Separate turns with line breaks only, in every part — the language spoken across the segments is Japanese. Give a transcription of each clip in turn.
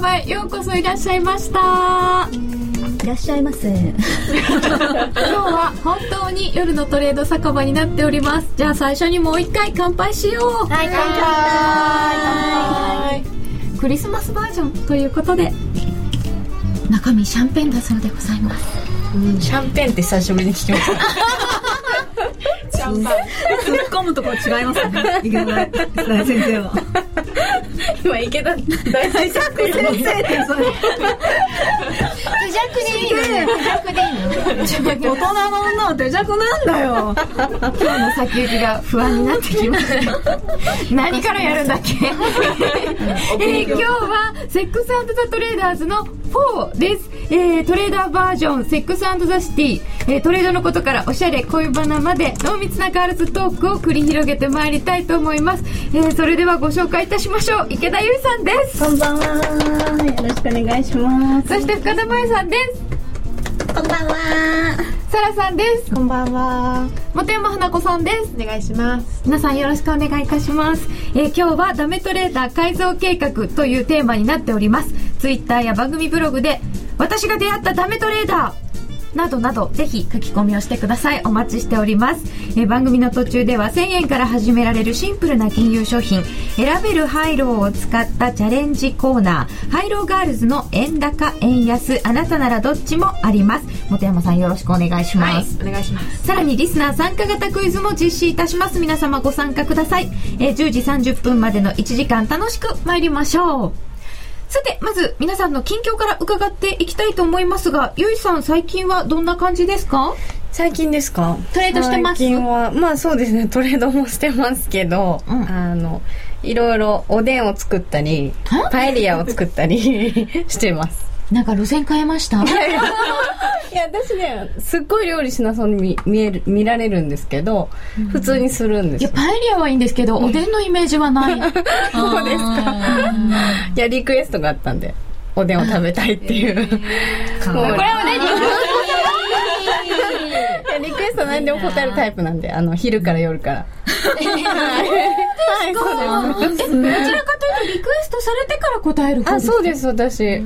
場へようこそいらっしゃいました
いらっしゃいませ。
今日は本当に夜のトレード酒場になっておりますじゃあ最初にもう一回乾杯しようはい
乾杯
クリスマスバージョンということで中身シャンペンだそうでございます
シャンペンって久しぶりに聞きました。
突っ込むところ違いますね。いけない。大先生は。
今池田大先
先生
生
ってそれ。
手弱でいいのね手弱でいいの
大人の女は手弱なんだよ。
今日の先行きが不安になってきました何からやるんだっけえー今日はセックスザ・トレーダーズの4です、えートレーダーバージョンセックスザ・シティ、えートレードのことからおしゃれ恋バナまで濃密なガールズトークを繰り広げてまいりたいと思います、えーそれではご紹介いたしましょう池田優衣さんです
こんばんは。よろしくお願いしま
そして深田真由さんです
こんばんは。
サラさんです
こんばんは。
本山花子さんです
お願いします。
皆さんよろしくお願いいたします、えー今日はダメトレーダー改造計画というテーマになっておりますツイッターや番組ブログで私が出会ったダメトレーダーなどなどぜひ書き込みをしてくださいお待ちしております、えー番組の途中では1000円から始められるシンプルな金融商品選べるハイローを使ったチャレンジコーナーハイローガールズの円高円安あなたならどっちもあります本山さんよろしくお願いします、
お願いします。
さらにリスナー参加型クイズも実施いたします。皆様ご参加ください。えー10時30分までの1時間楽しく参りましょう。さて、まず皆さんの近況から伺っていきたいと思いますが、ゆいさん最近はどんな感じですか
最近ですか
トレードしてます
最近は、まあそうですね、トレードもしてますけど、
うん
あの、いろいろおでんを作ったり、パエリアを作ったり してます。
なんか路線変えま した。
いや、私ね、すっごい料理しなそうに見見える、見られるんですけど、普通にするんですよ。
パエリアはいいんですけど、おでんのイメージは ない。そうですか。
いや、リクエストがあったんで、おでんを食べたいっていう。もう
これはね、
いやリクエスト何でも答えるタイプなんで、あの、昼から夜から。はい、そうで
え、どちらか
す。
というとリクエストされてから答える
あ、そうです、私。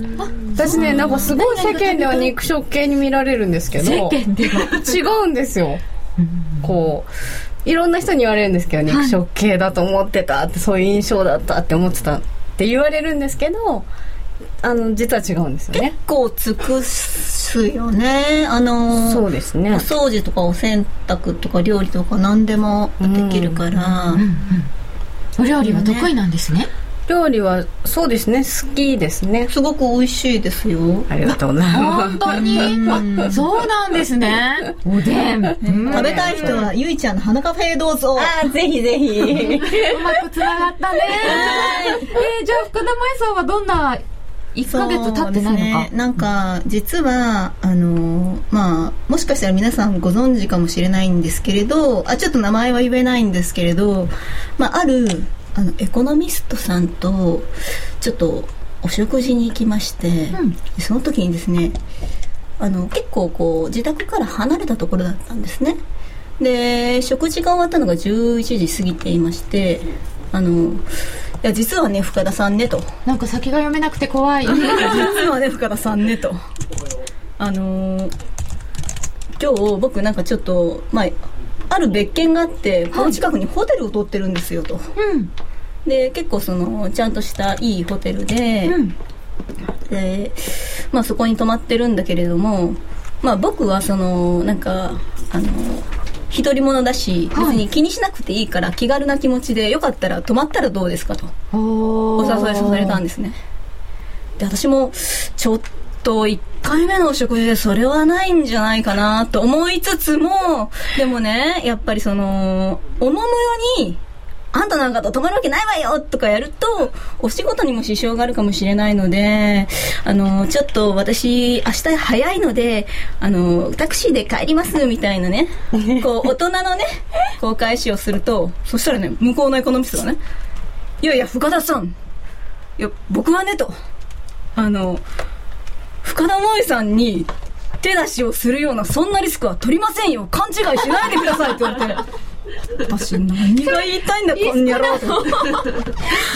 私ね、なんかすごい世間では肉食系に見られるんですけど、
世間では。
違うんですよ。こう、いろんな人に言われるんですけど、肉食系だと思ってたって、そういう印象だったって思ってたって言われるんですけど、あの、実は違うんですよね。
こう尽くすよね。あの
そうです
お
ね。
掃除とかお洗濯とか料理とか何でもできるから、
お料理は得意なんですね。
料理は、そうですね、好きですね。
すごく美味しいですよ。
ありがとうございます。
本当にあそうなんですね。おでん。うん
食べたい人はゆいちゃんの花カフェへどうぞ。
あ、 ぜひぜひ。
うまくつながったね。えー、じゃあ福田麻衣さんはどんな1ヶ月経ってないの
そう
か
で。すね、なんか実はあのまあもしかしたら皆さんご存知かもしれないんですけれどあちょっと名前は言えないんですけれど、まあ、あるあのエコノミストさんとちょっとお食事に行きまして、
うん
その時にですねあの結構こう自宅から離れたところだったんですねで食事が終わったのが11時過ぎていましてあのいや実はね深田さんねと
なんか先が読めなくて怖い。
実はね深田さんねとあのー今日僕なんかちょっとまあある別件があってこの近くにホテルを取ってるんですよと、
うん。
で結構そのちゃんとしたいいホテルで、
うん。
で、まあ、そこに泊まってるんだけれども、まあ、僕はそのなんかあの独り者だし別
はい
に気にしなくていいから気軽な気持ちでよかったら泊まったらどうですかと
お
お誘いされたん
で
ですねで私もちょっと1回目のお食事でそれはないんじゃないかなと思いつつもでもねやっぱりそのおもむよにあんたなんかと泊まるわけないわよとかやると、お仕事にも支障があるかもしれないので、あの、ちょっと私、明日早いので、あの、タクシーで帰りますみたいなね、こう、大人のね、こう返しをすると、そしたらね、向こうのエコノミストがね、いやいや、深田さん。いや、僕はね、と。あの、深田萌さんに手出しをするような、そんなリスクは取りませんよ。勘違いしないでくださいって言われて。私、何が言いたいんだ、こんにゃろうと。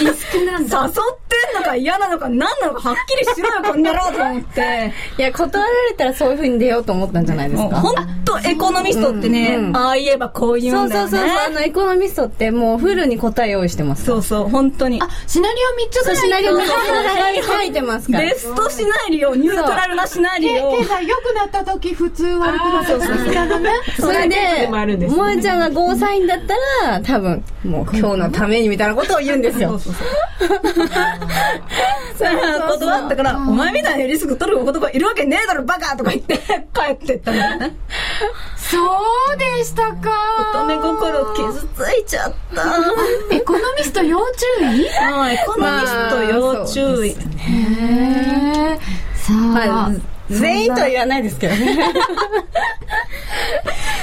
リスクなん
誘ってんのか嫌なのか何なのかはっきりしろよ、こんなろうと思って。
いや、断られたらそういう風に出ようと思ったんじゃないです
もう
か。
ほんとエコノミストってね、
うんうん
ああ言えばこう言
そううん
だよ
そ
ね。
うそうそう、あの、エコノミストってもうフルに答え用意してます。
そうそう、本当に。
シナリオ3つぐ
そ
ら
う、
い
シナリオに入ってますから。
ベストシナリオ、ニュートラルなシナリオ。
経済良くなった時普通悪くなった時みたいなね
それで、萌えちゃんがゴーサインだったら、多分、もう今日のためにみたいなことを言うんですよ。
さあ、断ったから、お前みたいなリスク取る男がいるわけねえだろ、バカとか言って、帰ってったんだよね。
そうでした
乙
か
女心傷ついちゃった。
エコノミスト要注意へ
ああ、エコノミスト要注意。
えさあ、
まあ、全員とは言わないですけどね。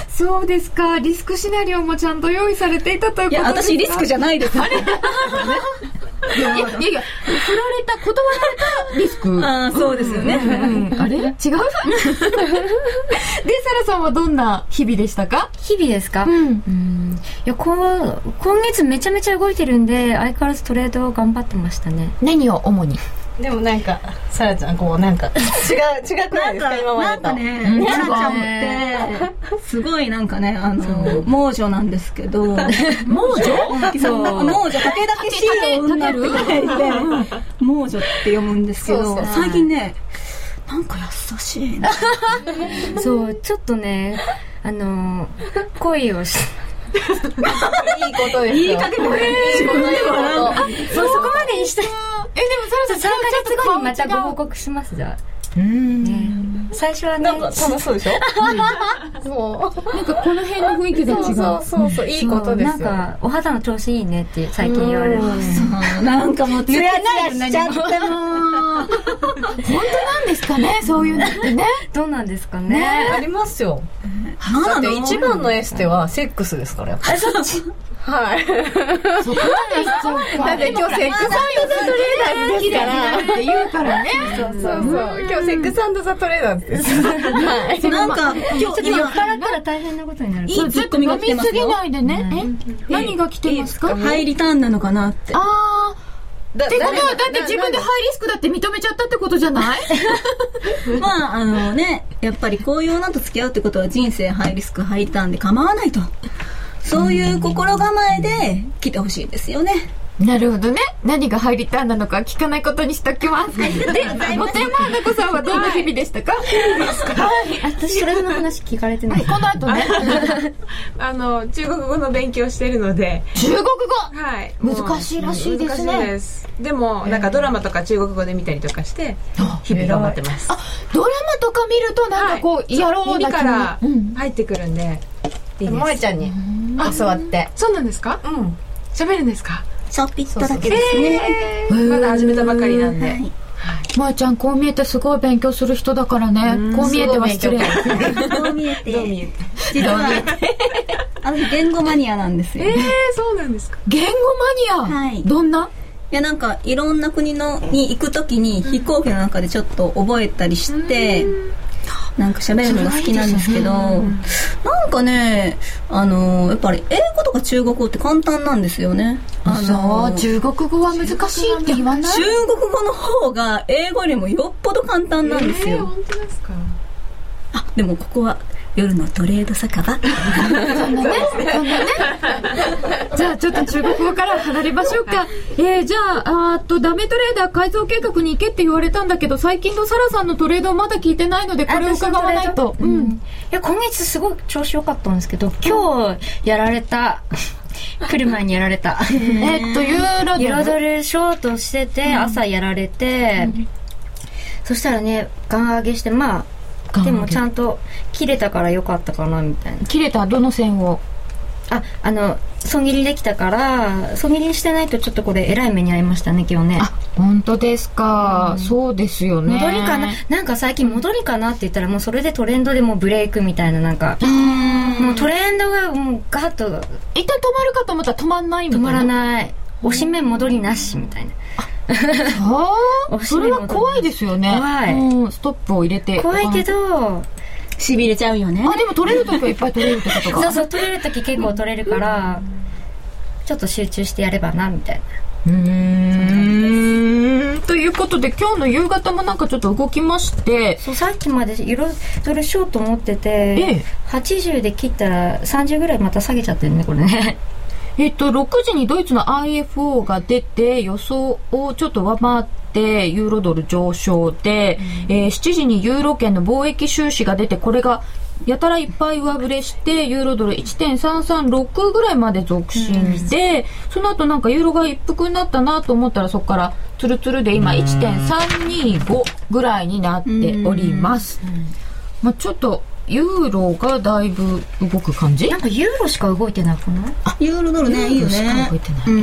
そうですかリスクシナリオもちゃんと用意されていたということ
いや、私リスクじ
ゃ
ゃないです。あれ
いやいやいや振られた断られたリスク
ああ、そうですよね。
あれ違うで、サラさんはどんな日々でしたか
日々ですか、
ん。
うんいや今今月めちゃめちゃ動いてるんで相変わらずトレードを頑張ってましたね
何を主に
でもなんか、サラちゃん、こう、なんか、違う、違くないですか今
な
まで
ん
と
か。ね、奈々ちゃんって、すごいなんかね、あの、猛女なんですけ ど。猛女そう、猛女、竹田家 C を女って書いて、猛女って読むんですけ
そうそ
ど
う、
最近ね、なんか優しいな。
そうちょっとねあの恋をし
いいことですよ。
言いかけてね、自分で笑う。
そうそこまでにしたい
え、でもサラ
3
さん、
ヶ月後にまたご報
告。
告しますじゃあ
うん。
最初はね
なんか楽しそうでしょそう。
なんかこの辺の雰囲気が違う。
そうそうそうそう、いいことですよ。
そうなんかお肌の調子いいねって最近言われる
なんかもう、つやつやしちゃったもん。
なんですかね、 そういうのってね。
どうなんですかね
ありますよ。だ
な
って
の
一番のエステはセックスですから、やっぱり。はい。
そこまで必要
だって今日セックスザトレーダーズですから。
って言うからね。
そうそう。今日セックスザトレーダーズです。
なんか、今
ちょっと
日、
酔っ
今、
払ったら大変なことになる
いいツッコミが来て
飲み
ます
すぎ
よ。
ないでね。え何が来てますか
ハイリターンなのかなって。
あー。
だ
ってことは、だって自分でハイリスクだって認めちゃったってことじゃない
まあ、あのね、やっぱりこういう女と付き合うってことは人生ハイリスクハイターンで構わないと。そういう心構えで来てほしいですよね。
なるほどね。何がハイリターンなのか聞かないことにしときます。 で、モテマーナコさんはどんな日々でしたか
私それの話聞かれてない
この後ね。
あの中国語の勉強してるので、
中国語
はい、
難しいらしいですね
難しいですでもなんかドラマとか中国語で見たりとかして日々頑張ってます
あドラマとか見るとなんかこう、やろう
耳
な気
か
に
ら
うん
入ってくるんで、いいです
萌えちゃんに教わって。
そうなんですか
うん。
喋るんですか
ちょっぴっとだけですね。
まだ始めたばかりなんで、
まえちゃんこう見えてすごい勉強する人だからねこう見えては失礼
どう見えて
どう見えて
実は、あの、言語マニアなんですよ。
え
い
ー、そうなんですか
言語マニア、
はい
どんな
や、なんか、いろんな国のに行くときに飛行機の中でちょっと覚えたりして、なんか喋るのが好きなんですけど、なんかね、あの、やっぱり英語とか中国語って簡単なんですよね。あの
そう中国語は難しいって言わない
中国語の方が英語よりもよっぽど簡単なんです
えー、
よ。
本当ですか
あ、でもここは夜のトレード酒場。
じゃあちょっと中国語から離れましょうかえー、じゃああーっとダメトレーダー改造計画に行けって言われたんだけど最近のサラさんのトレードをまだ聞いてないのでこれを伺わないと
う
うんん
いや今月すごい調子良かったんですけど今日やられた来る前にやられた
えーっとユーロドル
彩るショートしてて、朝やられて、そしたらねガン上げしてまあでもちゃんと切れたから良かったかなみたいな
切れたどの線を
ああの損切りできたから損切りしてないとちょっとこれえらい目に遭いましたね今日ね
あ本当ですか、そうですよね
戻りかななんか最近戻りかなって言ったらもうそれでトレンドでもうブレイクみたいななんかもうトレンドがもうガッと
一旦止まるかと思ったら止まんないみた
止
いな
まらない押し目戻りなしみたいな
はあ
お
そ
尻
れ
も
は怖いですよね
怖い
うんストップを入れて
怖いけど
しびれちゃうよね
あでも取れるときはいっぱい取れるってこと
そう
か
そう取れる時結構取れるからちょっと集中してやればなみたいな
うーんということで今日の夕方もなんかちょっと動きまして
そうさっきまでいろそれしようと思ってて、
ええ
80で切ったら30ぐらいまた下げちゃってるねこれね
えっと、6時にドイツの IFO が出て予想をちょっと上回ってユーロドル上昇で、えー7時にユーロ圏の貿易収支が出てこれがやたらいっぱい上振れしてユーロドル1.336ぐらいまで続伸で、その後なんかユーロが一服になったなと思ったらそこからツルツルで今1.325ぐらいになっております。まあ、ちょっとユーロがだいぶ動く感じ
なんかユーロしか動いてないこの
ユーロドルね、いいよ
しか
ね
動。いてない。
ユ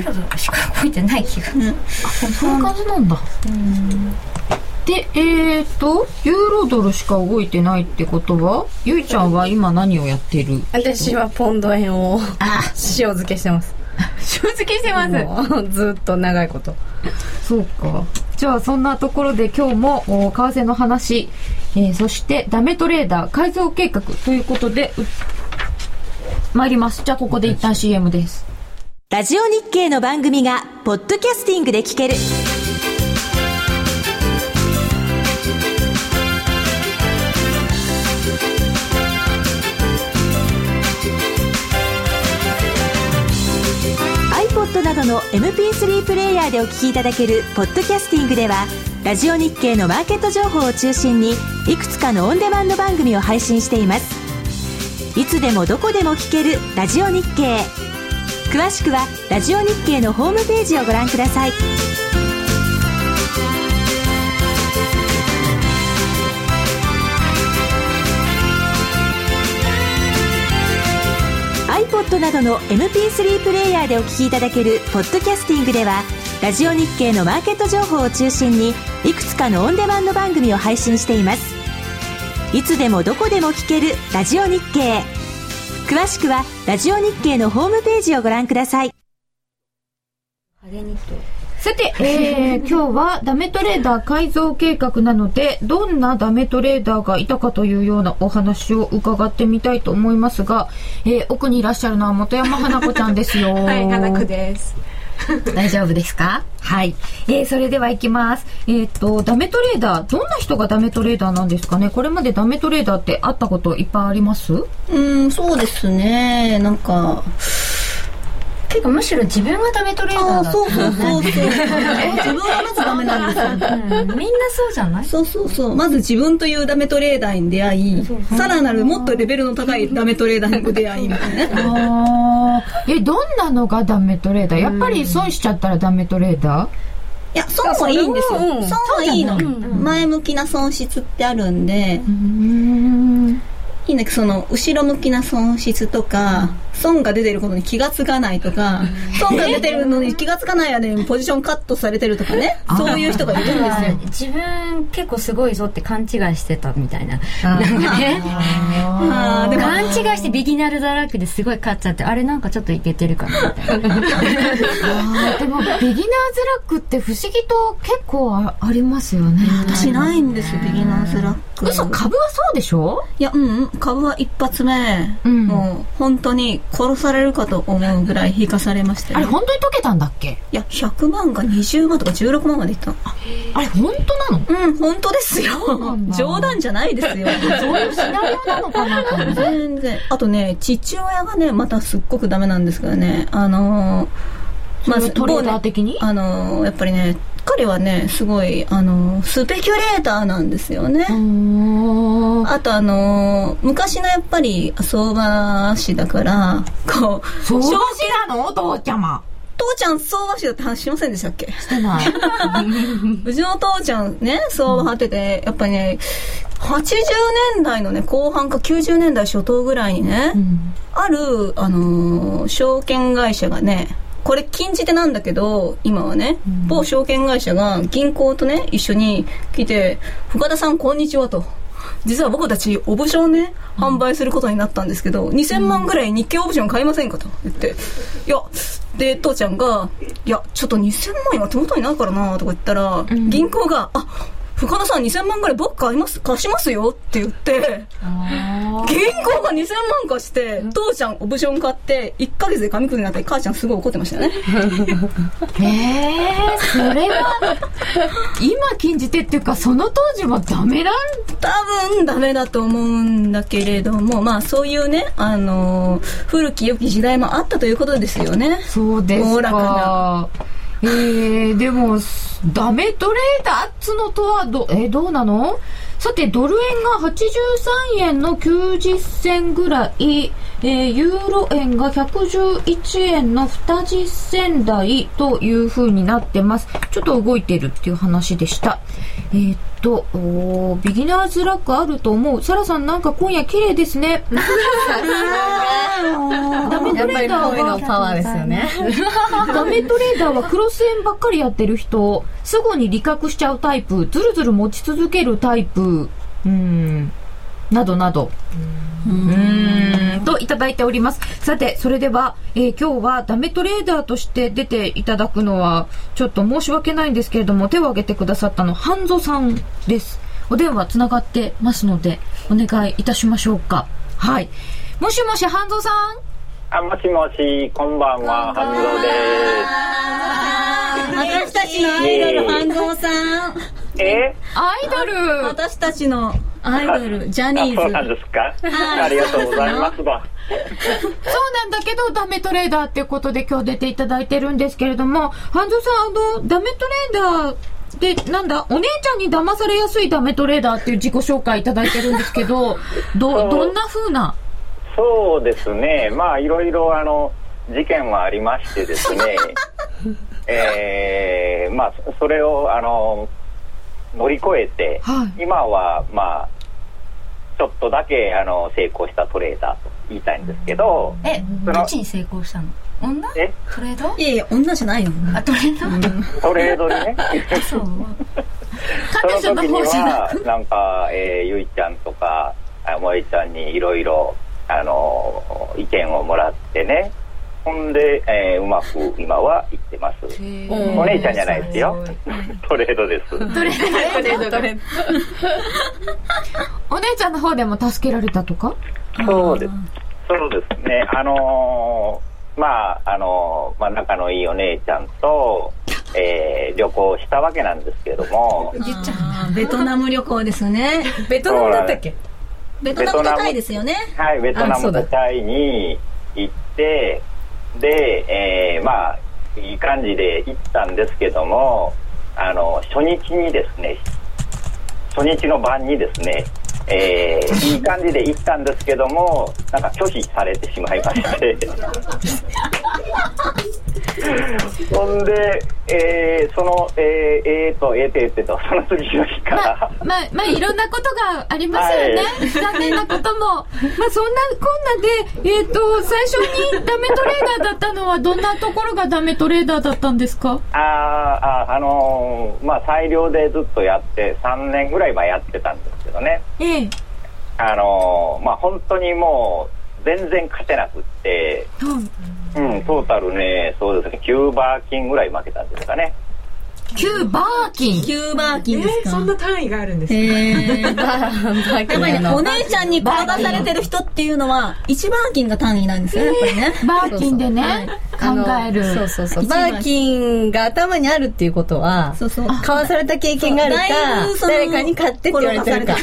ーロしか動いてない気が
そういう感じなんだ。で、えーと、ユーロドルしか動いてないってことは、ゆいちゃんは今何をやっている
私はポンド円を塩漬けしてます
正直してま
もうずっと長いこと
そうか。じゃあ、そんなところで今日も、お為替の話、えーそして、ダメトレーダー改造計画ということで、う参ります。じゃあ、ここで一旦 CM です。
ラジオ日経の番組がポッドキャスティングで聞ける。iPod などの MP3 プレイヤーでお聞きいただけるポッドキャスティングでは、ラジオ日経のマーケット情報を中心にいくつかのオンデマンド番組を配信しています。いつでもどこでも聞けるラジオ日経。詳しくはラジオ日経のホームページをご覧ください「iPod」などの MP3 プレイヤーでお聞きいただける「ポッドキャスティング」ではラジオ日経のマーケット情報を中心にいくつかのオンデマンド番組を配信していますいつでもどこでも聞ける「ラジオ日経」詳しくはラジオ日経のホームページをご覧ください
晴れにと
さて、 えー、今日はダメトレーダー改造計画なので、どんなダメトレーダーがいたかというようなお話を伺ってみたいと思いますが、えー、奥にいらっしゃるのは本山花子ちゃんです よ。
はい、花子です。
大丈夫ですかはい。えー、それでは行きます。えーっと、ダメトレーダー、どんな人がダメトレーダーなんですかねこれまでダメトレーダーって会ったこといっぱいあります
うん、そうですね。なんか、
てかむしろ自分がダメトレーダーだ
そうそうそうそう。 自分はまずダメなんですよ。
うんみんなそうじゃない
そうそうそう。まず自分というダメトレーダーに出会い、さらなるもっとレベルの高いダメトレーダーにご出会いみたいなね。
あーえ、どんなのがダメトレーダーやっぱり損しちゃったらダメトレーダー
いや、損はいいんですよ。
それはうん
損はいいの。前向きな損失ってあるんで、
うーん。
いいんだけど、その、後ろ向きな損失とか、損が出てることに気がつかないとか、損が出てるのに気がつかないやねポジションカットされてるとかね、 そういう人がいるんですよ。
自分結構すごいぞって勘違いしてたみたいななんかね
あーでも
勘違いしてビギナルだらけですごい勝っちゃってあれなんかちょっといけてるかなみたいな
あーでもビギナーズラックって不思議と結構あありますよね
私ないんですよ、ビギナーズラック。
嘘株はそうでしょ
いや、うん、うん株は一発目、
うん
もう本当に殺されるかと思うぐらい引かされました
あれ
よ、
本当に溶けたんだっけ
いや、100万が20万とか16万までいったの。あ
あれ本当なの
うん、本当ですよ
なん。だ
冗談じゃないですよ。
そういうシナリオなのかなと思って
全然。あとね、父親がね、またすっごくダメなんですけどね、あのー、
それトレーダー的に
某ねあのー、やっぱりね、彼はね、すごい、あのー、スペキュレーターなんですよね。
あ
あとあのー昔のやっぱり相場師だから、こう、
そう
正
なのお父ちゃま
父ちゃん相場師だって話しませんでしたっけ
してないう
ちの父ちゃんね、相場張ってて、やっぱりね、80年代のね、後半か90年代初頭ぐらいにね、ある、あのー証券会社がね、これ禁じ手なんだけど、今はね、某証券会社が銀行とね、一緒に来て、深田さんこんにちはと。実は僕たちオプションをね、販売することになったんですけど、2000万ぐらい日経オプション買いませんかと言って、いや、で、父ちゃんが、いや、ちょっと2000万今手元にないからなとか言ったら、銀行が、あ、深田さん2000万ぐらい僕貸します貸しますよって言って、銀行が2000万貸して、父ちゃんオプション買って、1ヶ月で紙くずになって、母ちゃんすごい怒ってましたよね。
えー、それ は、今禁じてっていうか、その当時はダメなん
多分ダメだと思うんだけれども、まあそういうね、あのー古き良き時代もあったということですよね。
そうです
おおら
か
か。
えー、でも、すダメトレーダーっつのとはど、えーどうなのさて、ドル円が83円の90銭ぐらい、えーユーロ円が111円の20銭台という風になってます。ちょっと動いてるっていう話でした。えーっと、おービギナーズラックあると思う。サラさんなんか今夜綺麗ですね。ダメトレーダー
声
は
のパワーですよね。
ダメトレーダーはクロス円ばっかりやってる人、すぐに利確しちゃうタイプ、ずるずる持ち続けるタイプ、うん、などなど。うーんといただいております。さて、それでは、えー今日はダメトレーダーとして出ていただくのは、ちょっと申し訳ないんですけれども、手を挙げてくださったの、半蔵さんです。お電話つながってますので、お願いいたしましょうか。はい。もしもし、半蔵さん
あ、もしもし、こんばんは、半蔵
私たちのアイドル、半蔵さん。
です。え
アイドル
私たちのアイドル、ジャ
あ、
ニ
そうな
ー
ん
ズ。
ですかありがとうございますわ。
そうなんだけど、ダメトレーダーってことで今日出ていただいてるんですけれども、半蔵さん、あの、ダメトレーダーで、なんだ、お姉ちゃんに騙されやすいダメトレーダーっていう自己紹介いただいてるんですけど、 ど、どんな風な
そうですね、まあ、いろいろ、あの、事件はありましてです ね、えー、まあ、そそれを、あの、乗り越えて、
は
今は、まあ、ちょっとだけ、あの、成功したトレーダーと言いたいんですけど、
え、ど
その
っちに成功したの女
え
トレード
いやいや、女じゃないよ。
あ、トレード、
トレードにね、
そう。
その時には、なんか、えー、ゆいちゃんとか、あもえちゃんにいろいろ、あのー、意見をもらってね、ほんで、えーうまく今は行ってます。お姉ちゃんじゃないですよ。トレードです。
お姉ちゃんの方でも助けられたとか
そうです。そうですね。あのーまあ、あのーまあ、仲のいいお姉ちゃんと、えー旅行したわけなんですけれども、
あーベトナム旅行ですね。
ベトナムだったっけ
ベトナムとタイですよね。
はい、ベトナムとタイに行って、で、えーまあ、いい感じで行ったんですけども、あの、初日にですね、初日の晩にですね、えーいい感じで行ったんですけども、なんか拒否されてしまいまして。 ほんで、えーその、えー、えーと、えーと、えーとえーと、その次の日
ま
から
あ、、まあ、まあ、いろんなことがありますよね。
は
残念なことも。まあ、そんなこんなで、えっ、と、最初にダメトレーダーだったのは、どんなところがダメトレーダーだったんですか
あーあー、あのーまあ、裁量でずっとやって、3年ぐらい前やってたんですけどね。
ええ。
あのーまあ、本当にもう、全然勝てなくって、うん、トータルね、そうですね、9バーキンぐらい負けたんですかね。
旧バーキン。
キューバーキンです
そん
か。
な単位があるんです
え
ね
ー
やっ
やっぱりね、お姉ちゃんに転がされてる人っていうのは、1バーキンが単位なんですよね、やっぱりね。
バーキンでね、考える。
そうそうそう。バーキンが頭にあるっていうことは、
そうそう。
買わされた経験がある
だいぶそ
か、
の
誰かに買ってって言われてるか。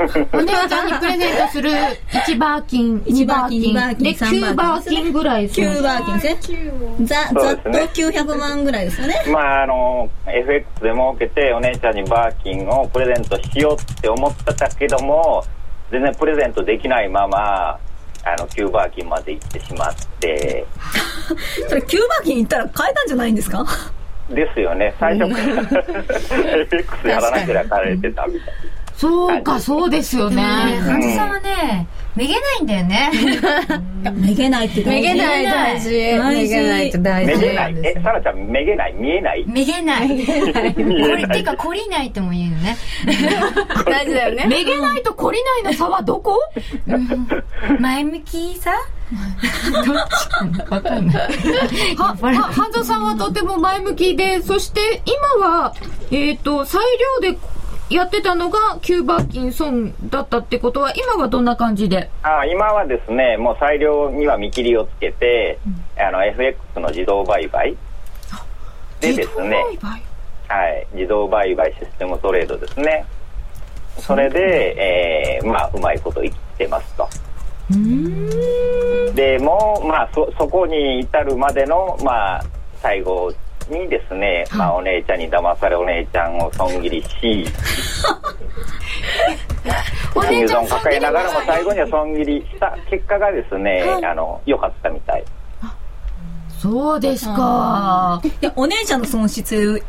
お姉ちゃんにプレゼントする1バーキン、2バーキン、
一バーキン
で、
三
9バ
バーキン
ーキンぐらい。
9バーキンですね。ざ、ざ
そう
っ
で
と
すね
900万ぐらいですよね。
まあ、あのー FX で儲けて、お姉ちゃんにバーキンをプレゼントしようって思ってたけども、全然プレゼントできないまま、あの、9バーキンまで行ってしまって、
それ9バーキン行ったら買えたんじゃないんですか
ですよね、最初から FX やらなければれてたみたいな。
そうか、そうですよね。
ハンジさんはね、めげないんだよね。
めげないって
めげない大事。めげないと大
め
事
げない。え、サラちゃん、めげない、見えない。
めげない。
見
こ
え
れ、
な
て
い。
か、懲りないとも言えるね。
大事だよね。
めげないと懲りないの差はどこ
前向きさ
は、は、半蔵さんはとても前向きで、そして今は、えっ、と、裁量でやってたのがキューバーキンソンだったってことは、今はどんな感じで
あ今はですねもう裁量には見切りをつけて、あの FX の自動売買でですねはい、自動売買システムトレードですねそれで、えーまあ、うまいこと生きてますとでも、まあ、そそこに至るまでの、まあ、最後にですね、まあ、お姉ちゃんに騙されお姉ちゃんを損切りし
お
入
姉ちゃ
存
んさん
抱
で
えな
も
がらも最後には損切りした結果がですね、
はい
あの良かったみたい
そうですか。
いや、お姉ちゃんの損失、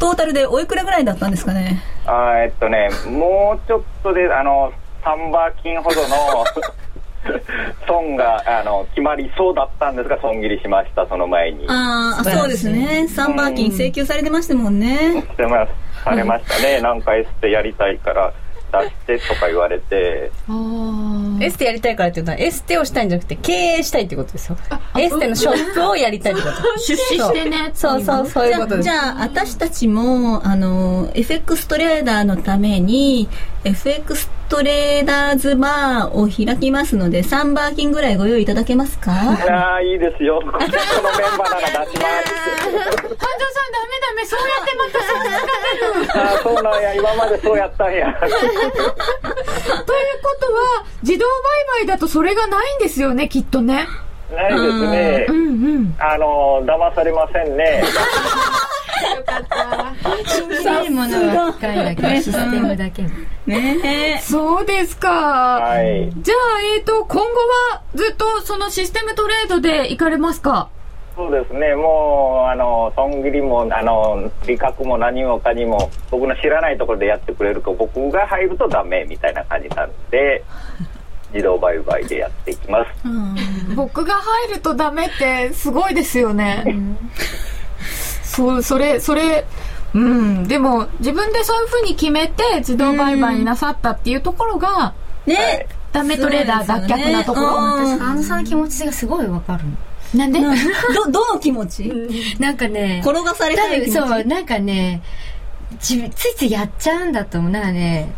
トータルでおいくらぐらいだったんですかね。
あーえっとねもうちょっとであのサンバー金ほどの損があの決まりそうだったんですが損切りしましたその前に
あーあ、そうですね。サンバーキン請求されてましたもんね。
してますされましたね、何回してやりたいから出してとか言われて
エステやりたいからっていうのはエステをしたいんじゃなくて経営したいってことですよエステのショップをやりたいってこと出資してねそうそうそういうことです
じゃあ、じゃあ私たちも、あの、FX トレーダーのために、FX トレーダーズバーを開きますので、サンバーキンぐらいご用意いただけますか
ああいいですよこのメンバーなら出します半田さんダメダメそうやってまた損が出るあーそうなんや今までそうやったんや
ということは、自動売買だとそれがないんですよね、きっとね。
ないですね。
うんうん。
あの、騙されませんね。
いいものは機械だけシステムだけ
ね
そうですか。
はい。
じゃあ、えっ、と、今後はずっとそのシステムトレードで行かれますか
そうですね。もう、あの、損切りも、あの、利確も何もかにも、僕の知らないところでやってくれるか、僕が入るとダメみたいな感じなん で、自動売買でやっていきます。
え。うん
僕が入るとダメってすごいですよね。そう、それ、それ、うん。でも、自分でそういう風に決めて自動売買になさったっていうところが、
ね
ダメトレーダー脱却なところ。
うん
あのさんの気持ちがすごいわかるの
なんで、
ど、どの気持ち
なんかね
転がされ
多
たい気持
分
ち。
そうなんかね自分ついついやっちゃうんだと思うなんかね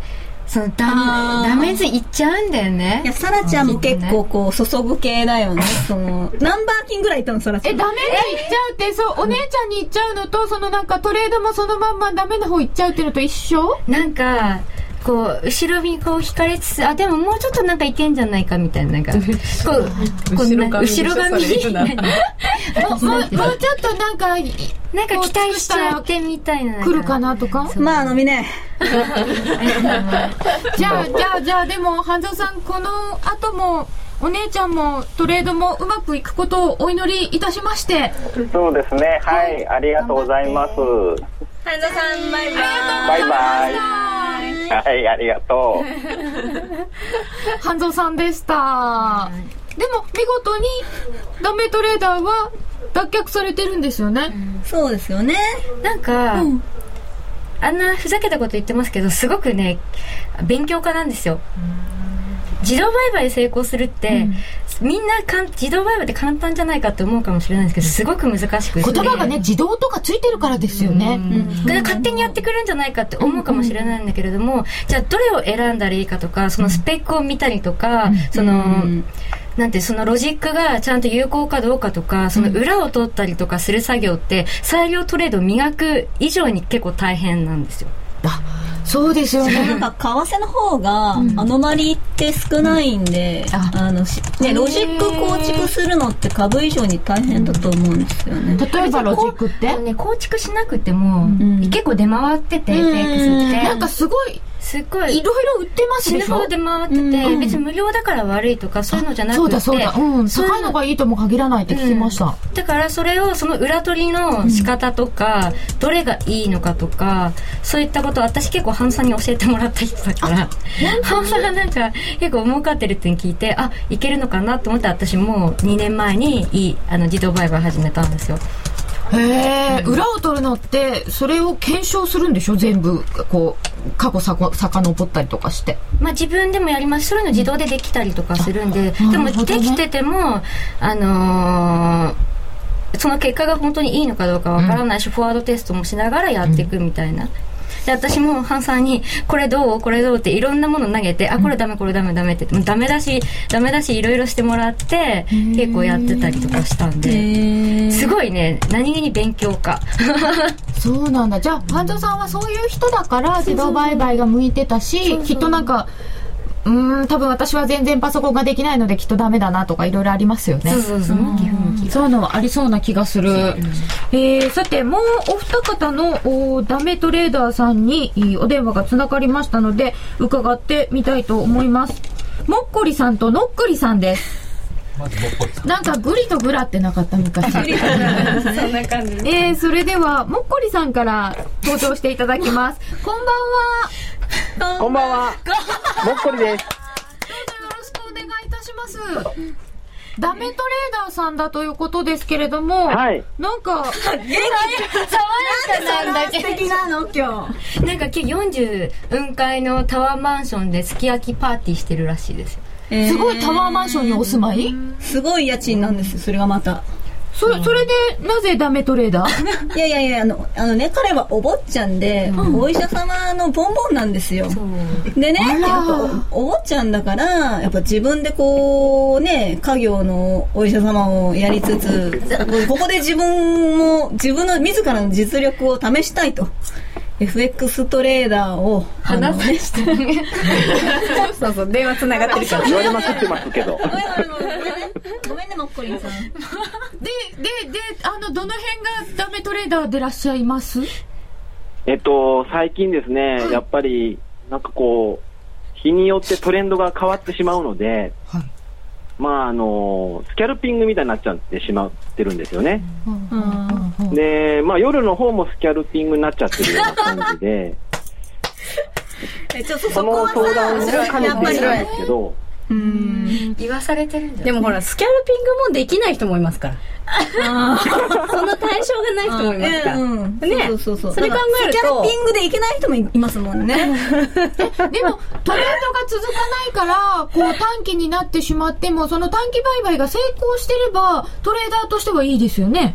その
あ
ダ
ー
メダメずいっちゃうんだよね
いや、サラちゃんも結構こう、注ぐ系だよね。その、ナンバーキンぐらいいったの、サラちゃ
え、
ん。
ダメに行っちゃうって、そう、お姉ちゃんに行っちゃうのと、そのなんかトレードもそのまんまダメな方行っちゃうっていうのと一緒
なんかこう後ろにこう引かれつつあでももうちょっとなんかいけんじゃないかみたい ななんかこうこうな後ろ髪
な
もう、もうもうちょっとなんか、い
なんか期待しちゃってみたいな
来るかなとか
まあ、あの、みね。
じゃあ、じゃあ、じゃあ、でも、半蔵さん、この後も、お姉ちゃんもトレードもうまくいくことをお祈りいたしまして、
そうですね。はい。ありがとうございます。
半田さん、バイバイ。
バイバイ。はい、ありがとう。
半蔵さんでした。でも、見事に、ダメトレーダーは脱却されてるんですよね。
そうですよね。
なんか、あんなふざけたこと言ってますけどすごくね勉強家なんですよ自動売買で成功するって、みんなかん自動売買って簡単じゃないかって思うかもしれないんですけどすごく難しくて
言葉がね、自動とかついてるからですよね。
で勝手にやってくるんじゃないかって思うかもしれないんだけれども、じゃあどれを選んだらいいかとかそのスペックを見たりとか、その、なんてそのロジックがちゃんと有効かどうかとかその裏を取ったりとかする作業って裁量トレードを磨く以上に結構大変なんですよ
そうですよね。
なんか、為替の方が、アノマリって少ないんで、あの、しね、ロジック構築するのって株以上に大変だと思うんですよね。
例えばロジックって
あのね構築しなくても、
ん
結構出回ってて、
うん
FX って
なんかすごい、
すっご
い
い
ろいろ売ってます
死
で
ぬ
し
ほ
ょ
ど出回ってて、
うん
別に無料だから悪いとかそういうのじゃなくて
そうだそうだ。うん。
そういう
高いのがいいとも限らないって聞きました。
だからそれをその裏取りの仕方とか、どれがいいのかとかそういったことを私結構ハンさんに教えてもらった人だからハンさんがなんか結構儲かってるって聞いてあいけるのかなと思って私も2年前にいいあの自動売買始めたんですよ
へえ、裏を取るのって、それを検証するんでしょ全部、こう、過去さこ遡ったりとかして。
まあ、自分でもやりますそういうの自動でできたりとかするんで、でも
なるほど
で
ね
きてても、あのーその結果が本当にいいのかどうかわからないし、フォワードテストもしながらやっていくみたいな。で私もハンさんにこれどうこれどうっていろんなもの投げてあこれダメこれダメダメってもうダメだしダメだしいろいろしてもらって結構やってたりとかしたんですごいね何気に勉強家
そうなんだじゃあ半蔵さんはそういう人だから自動売買が向いてたしきっとなんかうーん多分私は全然パソコンができないのできっとダメだなとかいろいろありますよね
そうそうそう寄付も
そういうのはありそうな気がする。えー、さて、もうお二方のおーダメトレーダーさんにえーお電話がつながりましたので、伺ってみたいと思います。もっこりさんとのっくりさんです。なんかグリとグラってなかった昔。
そんな感じ
えー、それでは、もっこりさんから登場していただきます。こんばんは。
こんばんは。もっこりです。
よろしくお願いいたします。ダメトレーダーさんだということですけれども、
はい。
なんか、
なんか今日40雲海のタワーマンションですき焼きパーティーしてるらしいですよ
す
すごいタワーマンションにお住まい、
すごい家賃なんですよそれがまた。
そそれでなぜダメトレーダー
いやいやいや、あの、あのね、彼はお坊ちゃんで、お医者様のボンボンなんですよ。でね、やっぱお坊ちゃんだから、やっぱ自分でこう、ね、家業のお医者様をやりつつ、ここで自分も、自分の自らの実力を試したいと。FX トレーダーを話せして
そうそう電話つながってるから
言われまくってますけど。
ごめんねもっこりんさん
ででであのどの辺がダメトレーダーでらっしゃいます
えっと、最近ですね、やっぱり、なんかこう、日によってトレンドが変わってしまうので、
はい
まあ、あの、スキャルピングみたいになっちゃってしまってるんです よね。で、まあ、夜の方もスキャルピングになっちゃってるような感じで、
えちょっと
そ
そこ
の
は
相談を
さ
兼ね
やっぱ
てい
り
るんですけど、
言わされてるんだよ
でもほらスキャルピングもできない人もいますからそんな対象がない人もいますから、
うん
ね
そうそうそう
それ考えると
スキャルピングでいけない人もいますもんね
でもトレードが続かないからこう短期になってしまってもその短期売買が成功してればトレーダーとしてはいいですよね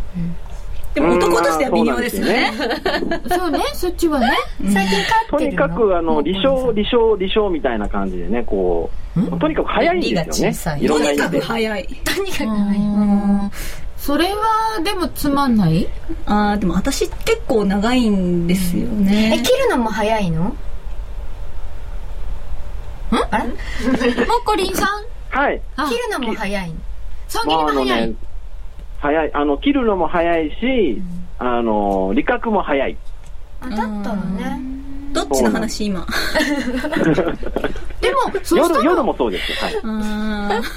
でも男としては微妙ですよね
うん。
そう ねそっちはね
最近飼
と
って
に
る
か
の
く、あの、理想、理想、理想みたいな感じでね、こう、とにかく早いんですよ
理が小さ
ね。
い
いろ
と
んな意
に
味
かく
で。
早い。
とにかく
それはでもつまんない
ああ、でも私結構長いんですよ
え
ね。
切るのも早いの
もっこりんさん
はい。
あ
切るのも早いの
損切
ま
りも
あ、あの
早い、
ね、早い、あの、切るのも早いし、あの、理覚も早い。
あだったのね
どっちの話今。
でもそした
夜、
ら
夜もそうです。はい。
あ
それなりにね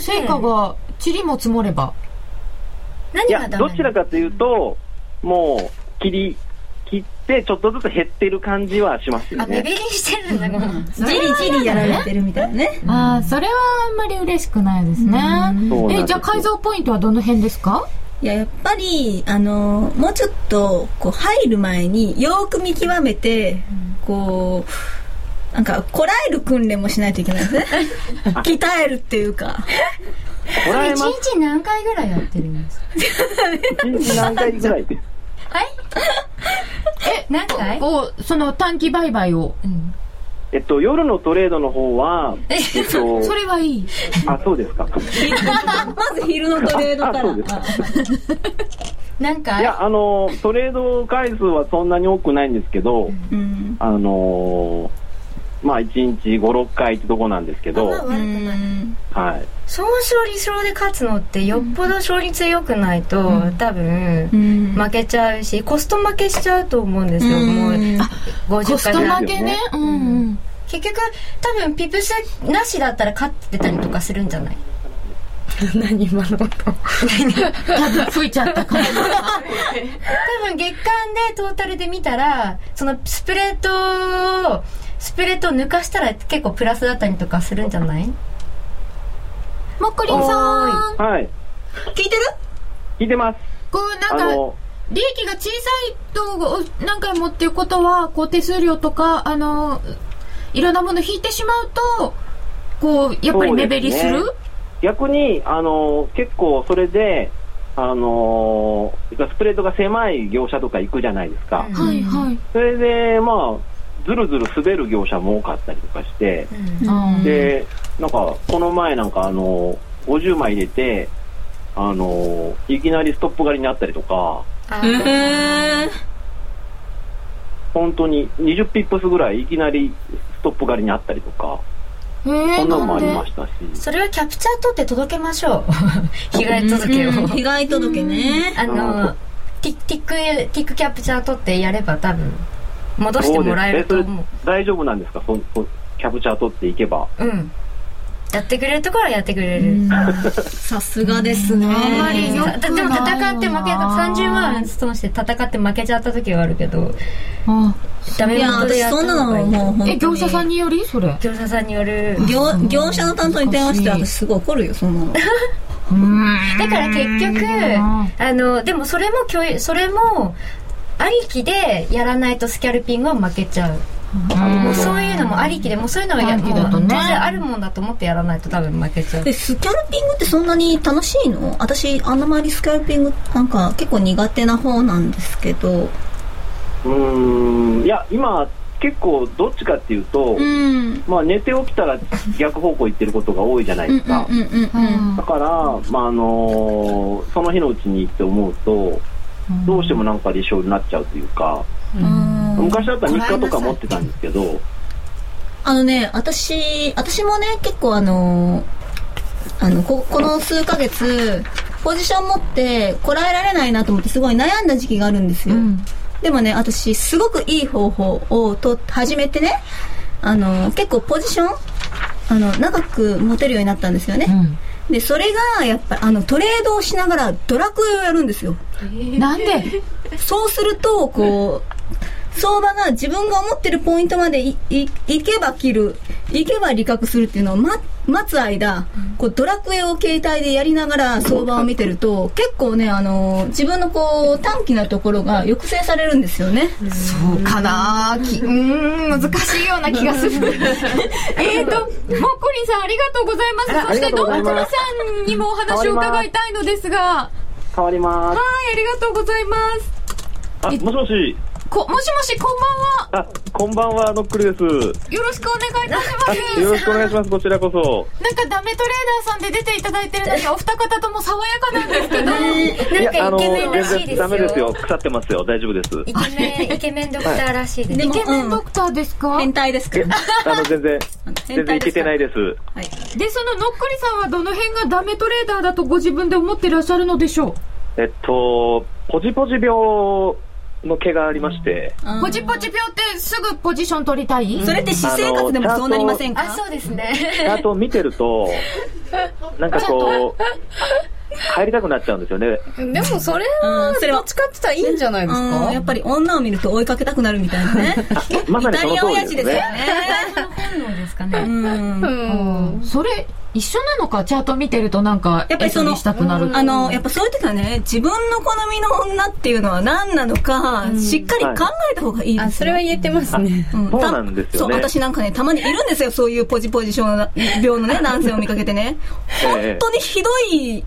成果が塵も積もれば、
何
い
が
や、
ダメ
ど
なの
ちらかというと、もう、切り、切って、ちょっとずつ減ってる感じはしますよ
あビ
ね
ビ。りしてるんだごめん
ーじりじりやられてるみたいなね。
ああそれはあんまり嬉しくないですね
そうなんです
え
よ
じゃあ改造ポイントはどの辺ですか
いや、やっぱり、あの、もうちょっと、こう、入る前に、よーく見極めて、こう、なんか、こらえる訓練もしないといけないですね。鍛えるっていうか。
こらえ
一
ます。
日何回ぐらいやってるんですか
一日何回ぐらいで。
何回
こうその短期売買を、
えっと、夜のトレードの方は、えっと、
それはいい
あ、そうですか。
まず昼のトレードから。
あそうです
あ
何
い
回
や、あの、トレード回数はそんなに多くないんですけど、
うん。
あのーまあ、1日5、6回ってとこなんですけど、
まあ悪くない
はい。
総勝利勝で勝つのってよっぽど勝率良くないと、多分、
うん
負けちゃうしコスト負けしちゃうと思うんですよ、
うん
もう
コ
50
ス
回
ト
ぐらい
負けねうんうん
結局多分ピプスなしだったら勝ってたりとかするんじゃない
何今のこと
多分吹いちゃったから
多分月間でトータルで見たらそのスプレートをスプレートを抜かしたら結構プラスだったりとかするんじゃない
もっこりんさん
はい。
聞いてる
聞いてます。
こう
あ
なんか
の、
利益が小さいと何回もっていうことはこう手数料とかあのいろんなもの引いてしまうとこうやっぱり目減りす
そう
る
ですね逆に、あの、結構それで、あのースプレードが狭い業者とか行くじゃないですか、
はいはい
それで、まあ、ずるずる滑る業者も多かったりとかして、でなんかこの前なんか、あのー50枚入れて、あのーいきなりストップ狩りになったりとか、
え
本当に20ピップスぐらいいきなりストップ狩りにあったりとか、
えー
そんなのもありましたし。
それはキャプチャー取って届けましょう被害届を、
ー、被害届ね。
あのティティックティックキャプチャー取ってやれば多分戻してもらえると思う
大丈夫なんですかそそキャプチャー取っていけば。
うんやってくれるところはやってくれる、
さすがですね。
あんまりよだでも戦って負けた30万損して戦って負けちゃった時はあるけど
あ
ダメ
いや、
元で
私
やった
そんな
方が
の
いい
もう本当に
え業者さんによりそれ
業者さんによる
業業者の担当に電話して
難しい
私すごい怒るよそんなの
だから結局あのでもそれも教育それもありきでやらないとスキャルピングは負けちゃうもうそういうのもありきでもうそういうのはや
ありきだとね
もう当然あるもんだと思ってやらないと多分負けちゃう
でスキャルピングってそんなに楽しいの私あんまりスキャルピングなんか結構苦手な方なんですけど
うーん、いや、今、結構どっちかっていうと、
うん
まあ寝て起きたら逆方向行ってることが多いじゃない
うんう
で
ん
すか。
うんうんうん
だから、まああのーその日のうちにって思うと、どうしてもなんかで一緒になっちゃうというか、
うん
昔だったら日課とか持ってたんですけど、
あのね私私もね結構あのあのここの数ヶ月ポジション持ってこらえられないなと思ってすごい悩んだ時期があるんですよ、でもね私すごくいい方法をと始めてねあの結構ポジションあの長く持てるようになったんですよね、でそれがやっぱあのトレードをしながらドラクエをやるんですよ
なんで
そうすると、こう、相場が自分が思ってるポイントまでい、い、いけば切る、いけば利確するっていうのを待、待つ間、こう、ドラクエを携帯でやりながら相場を見てると、結構ね、あの、自分のこう、短期なところが抑制されるんですよね。
そうかなーきうーん難しいような気が するえーともっこりんさんありがとうございますそしてどっちりさんにもお話を伺いたいのですがは
変わりま
いありがとうございます
す。あ、もしもし。
こもしもしこんばんは
あ、こんばんは、ノックルです。
よろしくお願いいたしま
あ
す
よろしくお願い します、こちらこそ。
なんかダメトレーダーさんで出ていただいてるのに お二方とも爽やかなんですけど
い
なんかイケメンらしいですよ
ダメですよ。腐ってますよ。大丈夫です。
イケメンイケメンドクターらしいです、
で
イ
も
ケメン
う
ド
ん
クターですか、
変態ですか
え
ら。
あの、全然、全
変
然
態
いけてないです。
でそののっくりさんはどの辺がダメトレーダーだとご自分で思ってらっしゃるのでしょう
えっと、ポジポジ病の毛がありまして、
ポチポチ病ってすぐポジション取りたい、
それって私生活でもそうなりませんか
あそうです ね
あと見てると、なんかこう、帰りたくなっちゃうんですよね。
でもそれ
う
は
んそれは
どっちかって言ったらいいんじゃないです
うん、や
か
っぱり女を見ると追いかけたくなるみたいなね。
まさ
イ
に
タ
そ の
リア
通
親
り
父
で
です すよね
ね。。
本能ですかね
うん
うん
それ一緒なのかチャート見てるとなんか
やっぱりその
エントリーしたくなる
あの、やっぱそういう時はね、自分の好みの女っていうのは何なのか、しっかり考えた方がいいで
あ
す
それは言えてますね
うん
そうなんですよね
そう、私なんかね、たまにいるんですよ、そういうポジポジションな病のね、男性を見かけてね。
え
本当にひどい、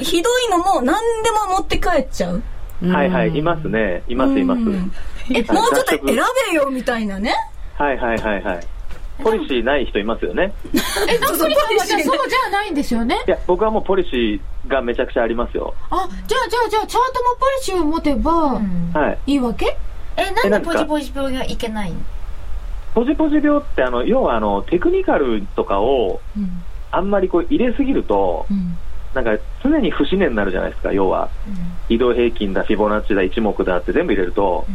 ひどいのも何でも持って帰っちゃう。
えはいはい、いますね。います、います。
うん
え、
もうちょっと選べよ、みたいなね。
はいはいはいはい。ポリシーない人いますよね。
えのっくりさんはじゃあ そうじゃないんですよね
いや、僕はもうポリシーがめちゃくちゃありますよ。
あじゃあじゃあじゃあチャートもポリシーを持てば
はい。
いいわけ、
え
え
な
なん
ん
で
ですポ
か
ジポジ病がいけないの
ポジポジ病ってあの要はあのテクニカルとかをあんまりこう入れすぎると、なんか常に不自然になるじゃないですか要は、移動平均だフィボナッチだ一目だって全部入れると、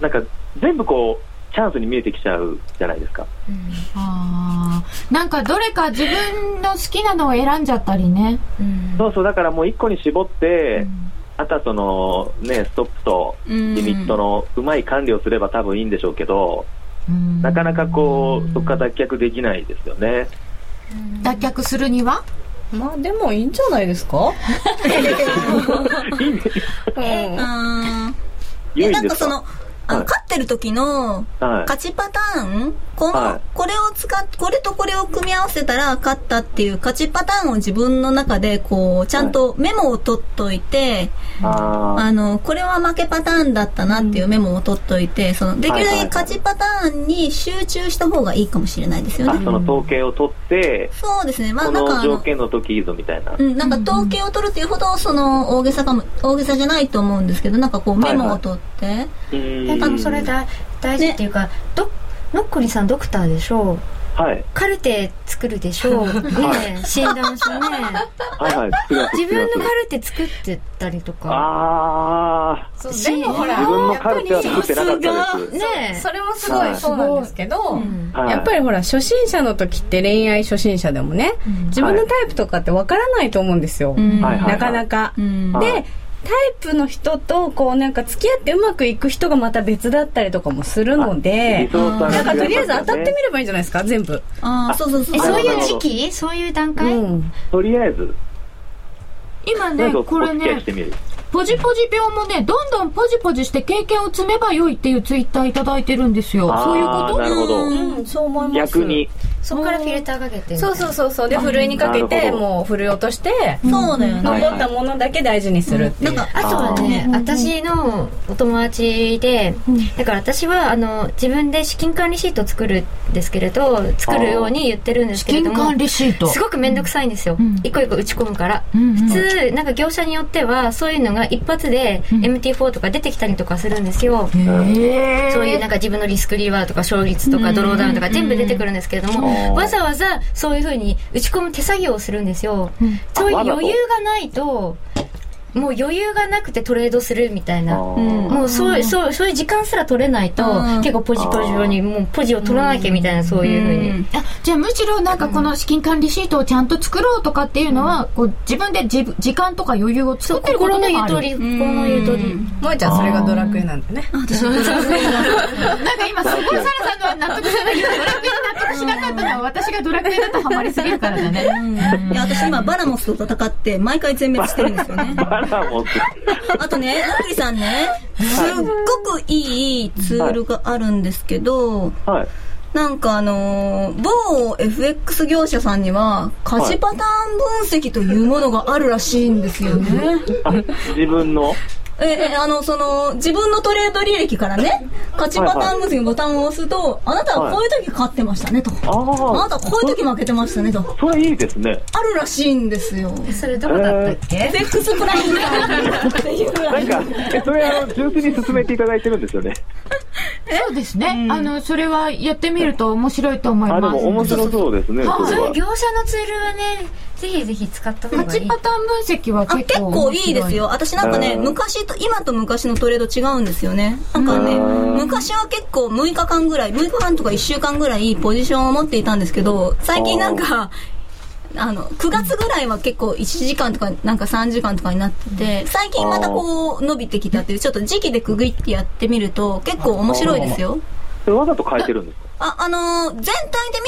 なんか全部こうチャンスに見えてきちゃうじゃないですか
あーなんかどれか自分の好きなのを選んじゃったりね
そうそうだからもう一個に絞って、あとはそのねストップとリミットのうまい管理をすれば多分いいんでしょうけど、なかなかこうそこから脱却できないですよね
脱却するには
まあでもいいんじゃないですか
うん。
良い
え
ん
なん
で
か
す
そ
か
のあの、
はい
勝ってる時の、
はい。
勝ちパターンこの、
はい
これを使っ、これとこれを組み合わせたら勝ったっていう勝ちパターンを自分の中で、こう、ちゃんとメモを取っといて、
あ
あの、これは負けパターンだったなっていうメモを取っといて、その、できるだけ勝ちパターンに集中した方がいいかもしれないです
ー
よ
あ、
ね。
その統計を取って、
そうですね。まあ、
こ
なんか
の
あ
条
の、
件の時いいぞみたいな。
うん、なんか統計を取るっていうほど、その、大げさかも、大げさじゃないと思うんですけど、なんかこう、メモを取って、
な
な
んかあのそれだ大事っていうか、どノッコリさんドクターでしょ
はい。
カルテ作るでしょねえ診断書ね
はいはい。作ります
自分の
作り
カ
ます
ルテ作ってたりとか
あ
そ
し
うでもほ
あ、
ら
自分のカルテは作ってなかったです。
ね
それもすごいそうなんですけど、
はい、
やっぱりほら初心者の時って恋愛初心者でもね、自分のタイプとかってわからないと思うんですよ、
うん
はいはい
なかなか、
うん
はい
でタイプの人とこうなんか付き合ってうまくいく人がまた別だったりとかもするので
理想とは違いますよね
なんかとりあえず当たってみればいいんじゃないですか全部、
ああ、そうそうそう。
え
あ
そういう
なる
時
ほど
期そういう段階、
うん、
とりあえず、
今
とりあえ
ね
ずお
これ
付き合い
ね
してみる。
ポジポジ病もねどんどんポジポジして経験を積めばよいっていうツイッターいただいてるんですよそういう
あ
こ
あ、なるほど。
うん、そう思います。
逆に、
そこからフィルターかけて
そうそうそうそうでふるいにかけ
なる
て
ほど
もうふるい落として
そうだよね。
はい
残ったものだけ大事にするっていう、
なんかあとはね私のお友達で、だから私はあの自分で資金管理シート作るんですけれど作るように言ってるんですけれど
金
も
管理シート
すごく面倒くさいんですよ、一個一個打ち込むから、普通なんか業者によってはそういうのが一発で MT4 とか出てきたりとかするんですよ、そういうなんか自分のリスクリーバーとか勝率とかドローダウンとか全部出てくるんですけれども、
うん
わざわざそういうふうに打ち込む手作業をするんですよ、そういう
あわざと
余裕がないともう余裕がなくてトレードするみたい
あ
な
ー
もうそうそうそういう時間すら取れないと、
うん
結構ポジポジ用にもうポジを取らなきゃみたいな、そういうふうに、
あじゃあむしろなんかこの資金管理シートをちゃんと作ろうとかっていうのは、こう自分で自分時間とか余裕を作ってること
心の
でもあ
ゆ
る
とり心のゆとり、
萌えちゃんそれがドラクエなんでね
なんか今すごいサラさんの納得じゃないけどドラクエに納得しなかったのは私がドラクエだとハマりすぎるからだね
いや、私今バラモスと戦って、毎回全滅してるんですよね。
バラも作る。
あとね、ナッキーさんね、すっごくいいツールがあるんですけど、
はい。
なんかあのー某 FX 業者さんには、価値パターン分析というものがあるらしいんですよね。
あ自分の、
ええ、あの、その、自分のトレード履歴からね、価値パターン分析のボタンを押すと、あなたはこういう時勝ってましたねと。
あ
あな
あ、
たはこういう時負けてましたねと。
それいいですね。
あるらしいんですよ。
それどこだったっけ、
FX プライムっていうぐら
ないんか、えそれあの、純粋に進めていただいてるんですよね。
そうですね、あのそれはやってみると面白いと思い
あ、で
ま
も
す
面白そうですね、それ
そういう
は。
業者のツールはねぜひぜひ使った方
価
がい
値
い
パターン分析は
あ
結
結
構
構いいですよ。私なんかね、
うん
昔と、今と昔のトレード違うんですよね。なんかね、
うん
昔は結構6日間ぐらい、6日間とか1週間ぐらいポジションを持っていたんですけど、最近なんか、あの、9月ぐらいは結構1時間とか、なんか3時間とかになってて、最近またこう伸びてきたっていう、ちょっと時期で区切ってやってみると結構面白いですよ。
それわざと変えてるんですか
あ、あのー全体で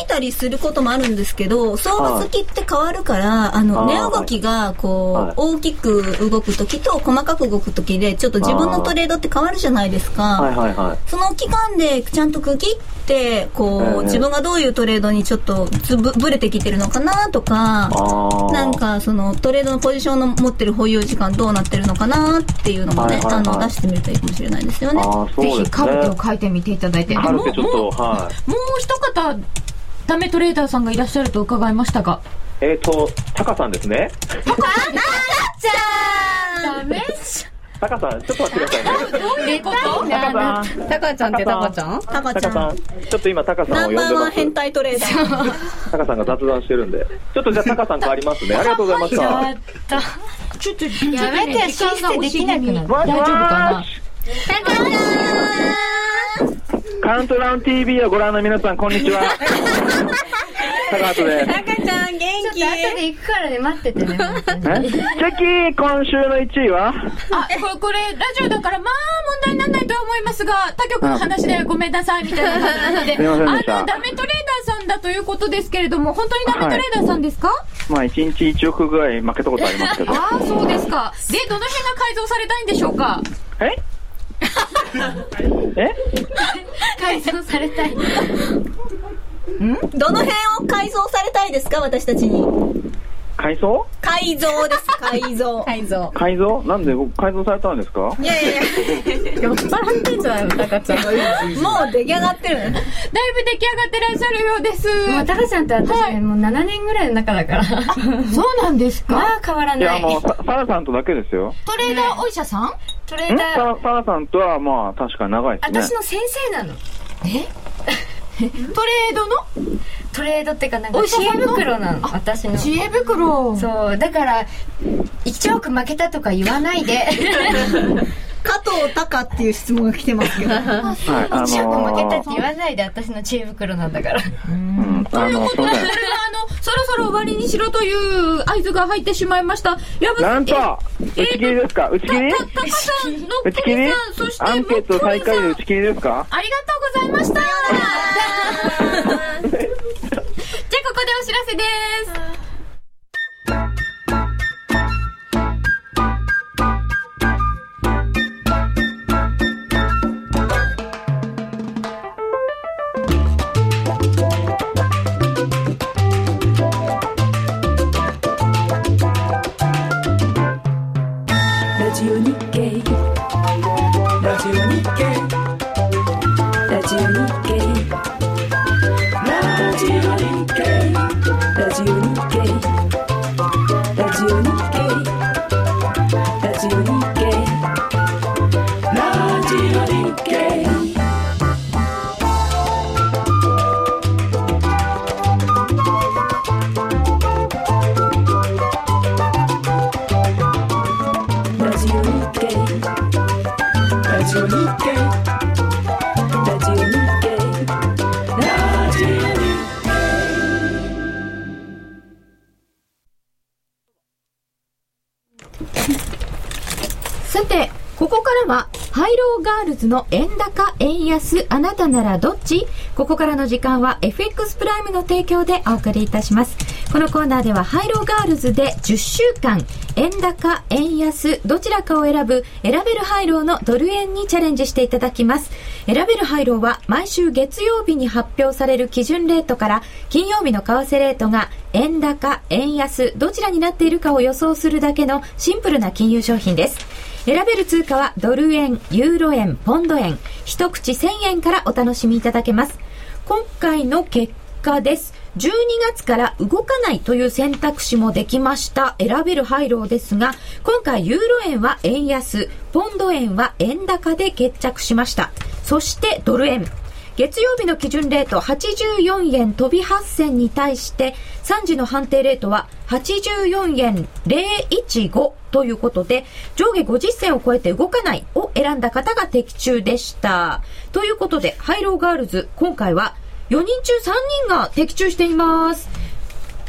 見たりすることもあるんですけど、相場付きって変わるから、あの、
あー
値動きが、こう、
はい
大きく動くときと細かく動くときで、ちょっと自分のトレードって変わるじゃないですか。
はいはいはい。
その期間でちゃんと区切って、こう、
ええ
自分がどういうトレードにちょっとずぶ、ぶれてきてるのかなとか、
ああ。
なん、かそのトレードのポジションの持ってる保有時間どうなってるのかなっていうのもね、
はいはいはい
あの、出してみるといいかもしれないですよね。
ああ、
ぜ
そうですね。
ひカルテを書いてみていただいて
カルテちょっ
もうも
と、はい。
うもう一方ダメトレーダーさんがいらっしゃると伺いましたが
えっ、ー、と、タカさんですね。
ダメ
タカさん、ちょっと待ってくださいね。 タカさん、
タカちゃんってタカちゃん
タカ
タ
ちゃ
カさ
ん
ん、。ちょっと今タカさんを
ナ
呼
ン
んで
バーワ
ま
ン変
す。
態トレーダー。
タカさんが雑談してるんで。ちょっとじゃあタカさん変わりますね。ありがとうございました。
やっ
ちょっと
やめて
時間が押し気味
シフトできなく
大丈夫かな
カウントダウン TV をご覧の皆さん、こん にちは。タカハトです。
ちょっと後で行くからね待っててね本当に
えチェキー、今週の1位は
あ、これ、これ、ラジオだから、まあ、問題にならないとは思いますが、他局の話でごめんなさい、みたいな感じなので、
すいませんでし
あ
た
の、ダメトレーダーさんだということですけれども、本当にダメトレーダーさんですか、
まあ、1日1億ぐらい負けたこと ありますけど。
ああ、そうですか。で、どの辺が改造されたいんでしょうか
ええ
改造されたい。
どの辺を改造されたいですか私たちに。
改造
改造です、改造。
改造。
改造なんで僕改造されたんですか
いやいやい
酔っ払ってんじゃないの、タカちゃん。
や、もう出来上がってる
だ
ね。
いぶ出来上がってらっしゃるようです。
もう、タカちゃんと私ね、もう7年ぐらいの中だから。
そうなんですか
まあ変わら
い
な
や、
い。
もう、さサラさんとだけですよ。
トレーダーお医者さん
トレ
ん
ー
サ
ダー、
ラサラさんとは、まあ、確かに長いです
私
ね。
の先生なの。
トレードの
トレードっていうか、なん
お
か
医者
知恵
さんの
袋なの、私の。
知恵袋。
そう、だから、1億負けたとか言わないで。
加藤隆っていう質問が来てますけど。
はい、あ
1億負けたって
の
言わないで、私の知恵袋なんだから。
うん、あの、すいませ
こ
ん。
れはあの、そろそろ終わりにしろという合図が入ってしまいました。ラブ
なんと
え
打ち切りですか打ち切り
たタカさん、のっけ
打ち切り
みさん、そして、
アンケート最下位で打ち切りですか
ありがとうございました。 じゃあ、ここでお知らせです。
ラジオ日経ラジオ日経ラジオ日経ラジオ日経ラジオ日経ラジオ日経ラジオ日経ラジオ日経ラジオ日経ラジオ日経ラジオ日経ラジオ日経
さて、ここからは、ハイローガールズの円高、円安、あなたならどっちここからの時間は FX プライムの提供でお送りいたします。このコーナーでは、ハイローガールズで10週間、円高、円安、どちらかを選ぶ、選べるハイローのドル円にチャレンジしていただきます。選べるハイローは、毎週月曜日に発表される基準レートから、金曜日の為替レートが、円高、円安、どちらになっているかを予想するだけのシンプルな金融商品です。選べる通貨はドル円、ユーロ円、ポンド円、一口1000円からお楽しみいただけます。今回の結果です。12月から動かないという選択肢もできました。選べる配慮ですが、今回ユーロ円は円安、ポンド円は円高で決着しました。そしてドル円。月曜日の基準レート84円飛び8銭に対して3時の判定レートは84円015ということで上下50銭を超えて動かないを選んだ方が的中でしたということでハイローガールズ今回は4人中3人が的中しています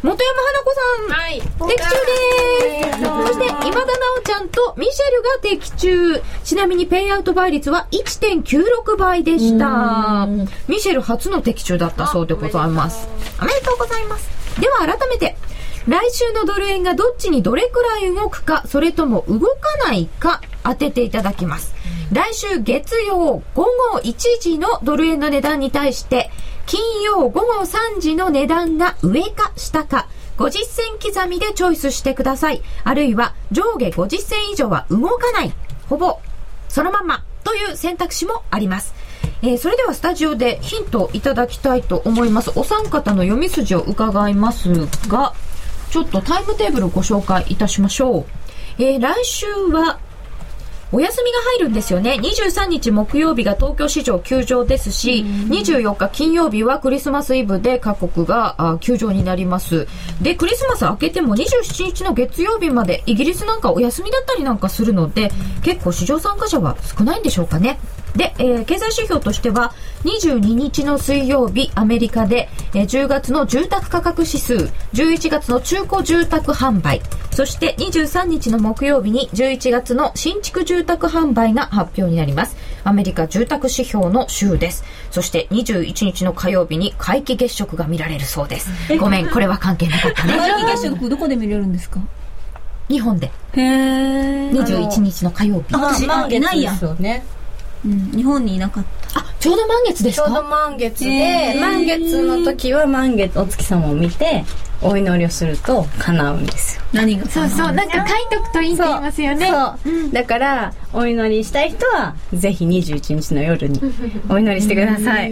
本山花子さん、
はい。
的中ですそして今田奈央ちゃんとミシェルが的中ちなみにペイアウト倍率は1.96倍でしたミシェル初の的中だったそうでございますおめでとうございますでは改めて来週のドル円がどっちにどれくらい動くかそれとも動かないか当てていただきます来週月曜午後1時のドル円の値段に対して金曜午後3時の値段が上か下か50銭刻みでチョイスしてください。あるいは上下50銭以上は動かない。ほぼそのまんまという選択肢もあります。えーそれではスタジオでヒントをいただきたいと思います。お三方の読み筋を伺いますが、ちょっとタイムテーブルをご紹介いたしましょう。えー来週はお休みが入るんですよね。23日木曜日が東京市場休場ですし、24日金曜日はクリスマスイブで各国があ休場になります。で、クリスマス明けても27日の月曜日までイギリスなんかお休みだったりなんかするので、結構市場参加者は少ないんでしょうかね。で、えー経済指標としては、22日の水曜日、アメリカで、えー10月の住宅価格指数、11月の中古住宅販売、そして23日の木曜日に11月の新築住宅販売が発表になります。アメリカ住宅指標の週です。そして21日の火曜日に皆既月食が見られるそうです。ごめん、これは関係なかったね。
会議月食どこで見れるんですか
日本で
へえ。
21日の火曜日。
あ、
私
まあ、ないや。
よね。
うん、日本にいなかっ
ちょうど満月です
ちょうど
か
満月
へ
で
ー
満月の時は満月お月様を見てお祈りをすると叶うんですよ
た何が
そうそう、なんか書いとくといいって言いますよね。
そう、だからお祈りしたい人はぜひ21日の夜 にお祈りしてください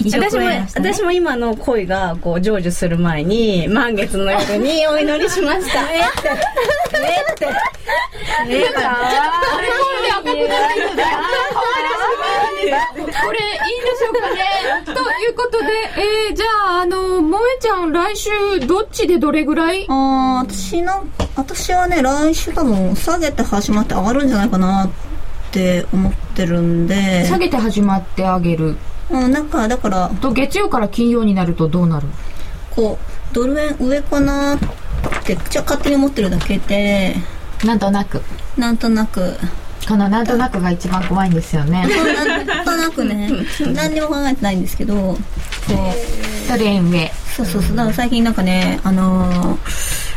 私も、私も今の恋がこう成就する前に満月の夜にお祈りしました えってえってえって
これいいんでしょうかねということで、えー、じゃあ、あの、萌えちゃん来週どっちでどれぐらい
ああ私の私はね来週多分下げて始まって上がるんじゃないかなって思ってるんで
下げて始まってあげる。
うん、なんかだから
と、月曜から金曜になるとどうなる
こうドル円上かなってじゃあ勝手に思ってるだけで
なんとなく。
なんとなく
このなんとなくが一番怖いんですよね。
なんとな くね何にも考えてないんですけどこう
ドル円上。
そうそうそうだから最近なんかねあのー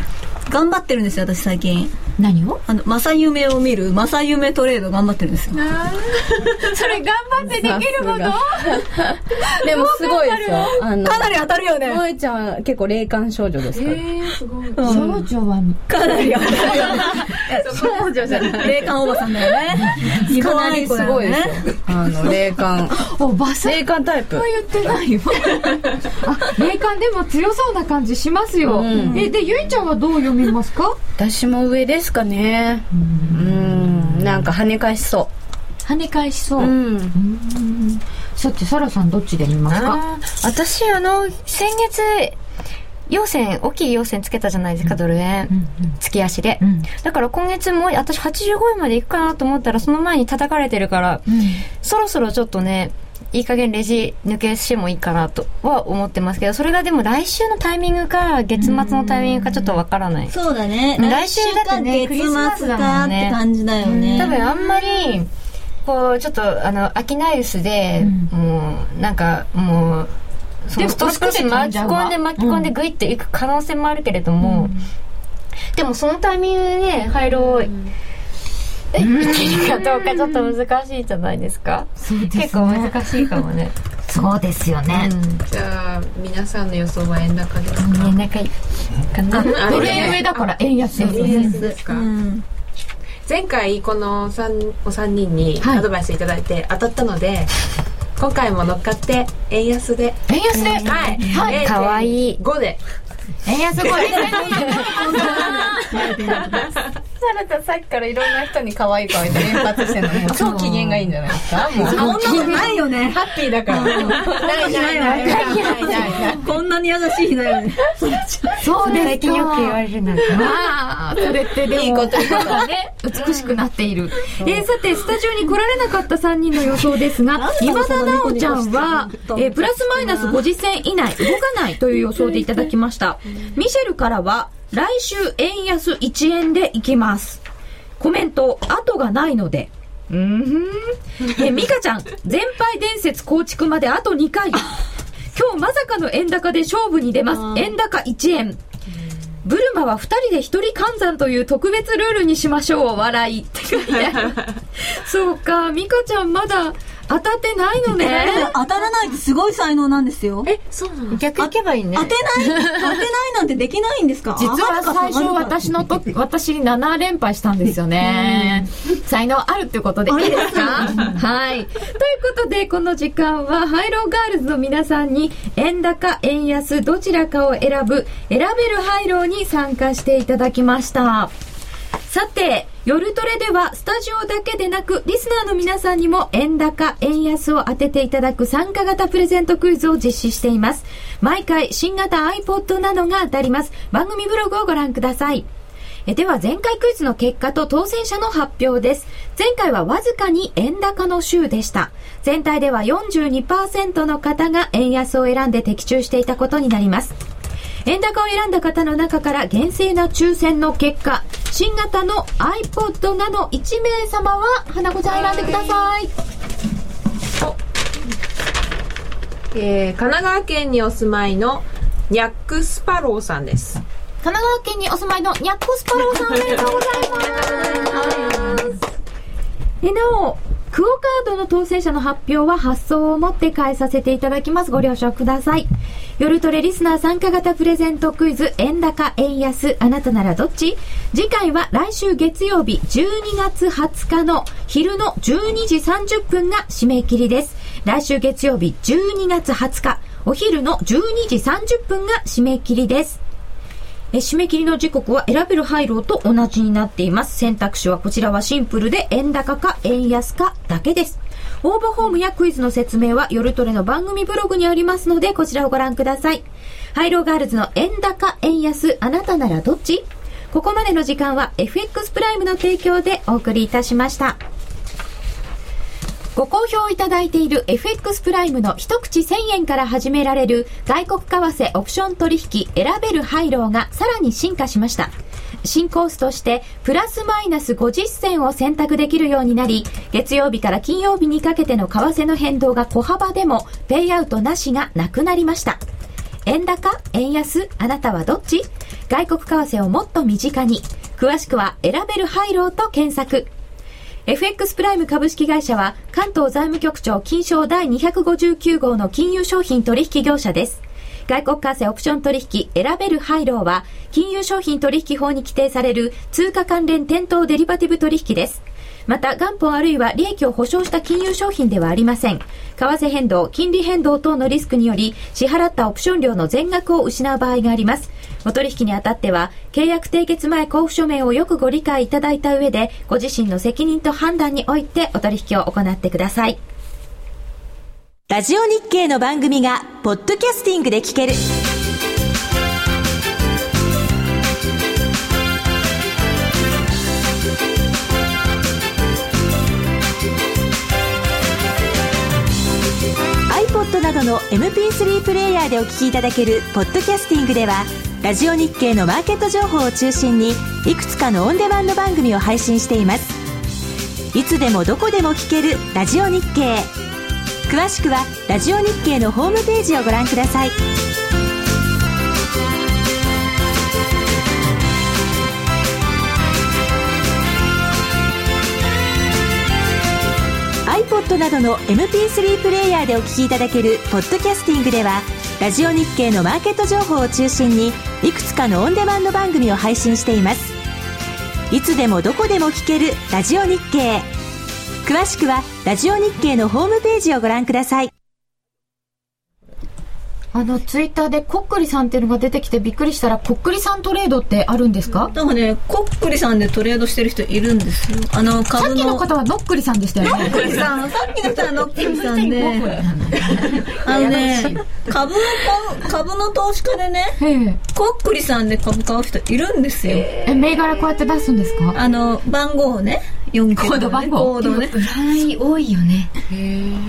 頑張ってるんですよ私最近
何を
あの正夢を見る正夢トレード頑張ってるんですよ
それ頑張ってできるもの
でもすごいですよあの
かなり当たるよね
萌えちゃんは結構霊感少女ですから
少女は、
かなり当たるよね
少女じゃない
霊感おばさんだよね。
かなりすごいですよあの霊感
おばさんは
霊感タイプ
言ってないよ。 あ、霊感でも強そうな感じしますよ。
うん
え、で、ゆいちゃんはどう読みますか
私も上ですかねうんなんか跳ね返しそ
跳ね返しそうう。
ん
さて、サラさんどっちで見ますか
あー 私あの先月陽線大きい陽線つけたじゃないですか、ドル円、月足で、だから今月も私85円まで行くかなと思ったらその前に叩かれてるから、そろそろちょっとねいい加減レジ抜けしてもいいかなとは思ってますけどそれがでも来週のタイミングか月末のタイミングかちょっとわからない
そうだね。
うん来週だってね
来週が月末かって感じだよね。
多分あんまりこうちょっとあの商い薄で、もうなんかもうそ
で
の
も
少し少し巻き込んで巻き込んでグイっていく可能性もあるけれども、でもそのタイミングでね廃炉を、えいけるかどうかちょっと難しいじゃないですか結構難しいかもね
そうですよね。
じゃあ皆さんの予想は円高です
うんね仲いいかな
ドル円上だから円安ですよね。
円安ですか、
うん。
前回この三お三人にアドバイスいただいて当たったので、今回も乗っかって円安で
円安で
はい、はい
かわいい
5で
円安これ。
サラダさっきからいろんな人に可愛い可愛いって連発してるのね超機嫌がいいんじゃないですかもう
そんなことないよね。
ハッピーだからないないないないないない
こんなに優しい日だよね。
そうです
最近よく言われるなんか
まあ、それってでも、いいことね、美しくなっている。えーさて、スタジオに来られなかった3人の予想ですが、今田奈央ちゃんは、えープラスマイナス50銭以内、動かないという予想でいただきました。ミシェルからは、来週円安1円でいきます。コメント、後がないので。うーん。えー、ミカち ゃん、全敗伝説構築まであと2回。今日まさかの円高で勝負に出ます。円高1円。ブルマは2人で1人換算という特別ルールにしましょう。笑い。って書いてある。そうか、ミカちゃんまだ当たってないのね。
当たらないってすごい才能なんですよ。え、
逆行けばいいね
当てない、当てないなんてできないんですか
実は最初私のと、私7連敗したんですよね。才能あるってことでいいですかはい。ということで、この時間は、ハイローガールズの皆さんに、円高、円安、どちらかを選ぶ、選べるハイローに参加していただきました。さて、夜トレではスタジオだけでなく、リスナーの皆さんにも円高、円安を当てていただく参加型プレゼントクイズを実施しています。毎回、新型 iPod などが当たります。番組ブログをご覧ください。えでは前回クイズの結果と当選者の発表です。前回はわずかに円高の週でした。全体では42%の方が円安を選んで的中していたことになります。円高を選んだ方の中から厳正な抽選の結果、新型の iPod など1名様は花子ちゃん選んでください。
えー神奈川県にお住まいのニャックスパローさんです
神奈川県にお住まいのニャッコスパローさんおめでとうございます。えなお、クオカードの当選者の発表は発送をもって返させていただきます。ご了承ください。夜トレリスナー参加型プレゼントクイズ、円高、円安、あなたならどっち次回は来週月曜日12月20日の昼の12時30分が締め切りです。来週月曜日12月20日、お昼の12時30分が締め切りです。えー締め切りの時刻は選べる配慮と同じになっています。選択肢はこちらはシンプルで円高か円安かだけです。応募フォームやクイズの説明は夜トレの番組ブログにありますのでこちらをご覧ください。ハイローガールズの円高円安あなたならどっちここまでの時間は FX プライムの提供でお送りいたしました。ご好評いただいている FX プライムの一口1000円から始められる外国為替オプション取引選べる配慮がさらに進化しました。新コースとしてプラスマイナス50銭を選択できるようになり、月曜日から金曜日にかけての為替の変動が小幅でもペイアウトなしがなくなりました。円高円安あなたはどっち外国為替をもっと身近に。詳しくは選べる配慮と検索。FX プライム株式会社は関東財務局長金賞第259号の金融商品取引業者です。外国為替オプション取引選べる配慮は金融商品取引法に規定される通貨関連店頭デリバティブ取引です。また、元本あるいは利益を保証した金融商品ではありません。為替変動、金利変動等のリスクにより、支払ったオプション料の全額を失う場合があります。お取引にあたっては、契約締結前交付書面をよくご理解いただいた上で、ご自身の責任と判断においてお取引を行ってください。
ラジオ日経の番組がポッドキャスティングで聞ける「iPod」などの MP3 プレイヤーでお聞きいただける「ポッドキャスティング」ではラジオ日経のマーケット情報を中心にいくつかのオンデマンド番組を配信していますいつでもどこでも聞ける「ラジオ日経」詳しくはラジオ日経のホームページをご覧ください「iPod」などの MP3 プレイヤーでお聞きいただける「ポッドキャスティング」ではラジオ日経のマーケット情報を中心にいくつかのオンデマンド番組を配信していますいつでもどこでも聞ける「ラジオ日経」詳しくはラジオ日経のホームページをご覧ください
あの、ツイッターでこっくりさんっていうのが出てきてびっくりしたら、こっくりさんトレードってあるんですか
なんかね、コックリさんでトレードしてる人いるんですよ。あの、
さっ
株
きの
の。
方はのっくりさんでしたよね。
コックリさん、さっきの人はノックリさん で。あのね、株を買う、株の投資家でね、
え
コックリさんで株買う人いるんですよ。
ええ、銘柄こうやって出すんですか
あの、番号をね、4桁、ね。
コード番号
コードをね。
占い多いよね。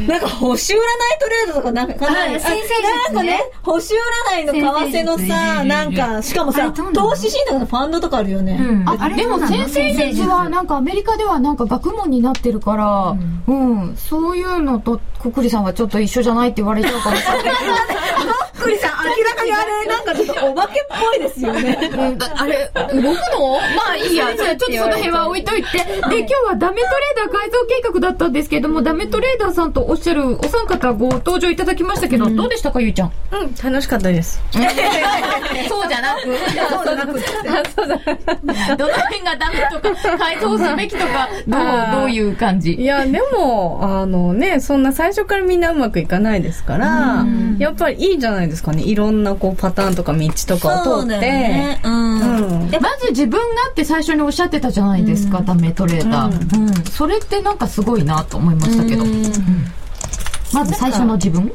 なんか、星占いトレードとかなんか、
あ先生術ね
なんかね、星占いの為替のさ、なんか、しかも
あ
さ、
れどうなの
投資信託のファンドとかあるよね。
うん。
あ、でも先生術はなんかアメリカではなんか学問になってるから、うん、そういうのとこっくりさんはちょっと一緒じゃないって言われちゃうか もしれない。
びっくりさん、明らかにあれ、なんかちょっとお化けっぽいですよね。
うんだあれ、動くのまあいいや。じゃあちょっとその辺は置いといて。で、今日はダメトレーダー改造計画だったんですけれども、ダメトレーダーさんとおっしゃるお三方ご登場いただきましたけど、どうでしたか、ゆいちゃん。
うん、楽しかったです。
そうじゃなく、そうじゃなく、 どの辺がダメとか、改造すべきとか、どう、どういう感
い
じ
や、でも、あのね、そんな最初からみんなうまくいかないですから、やっぱりいいんじゃないですかね。いろんなこうパターンとか道とかを通って。
うん。
うん
まず自分がって最初におっしゃってたじゃないですか、ダメトレーダー。うん。それってなんかすごいなと思いましたけど。うんまず最初の自分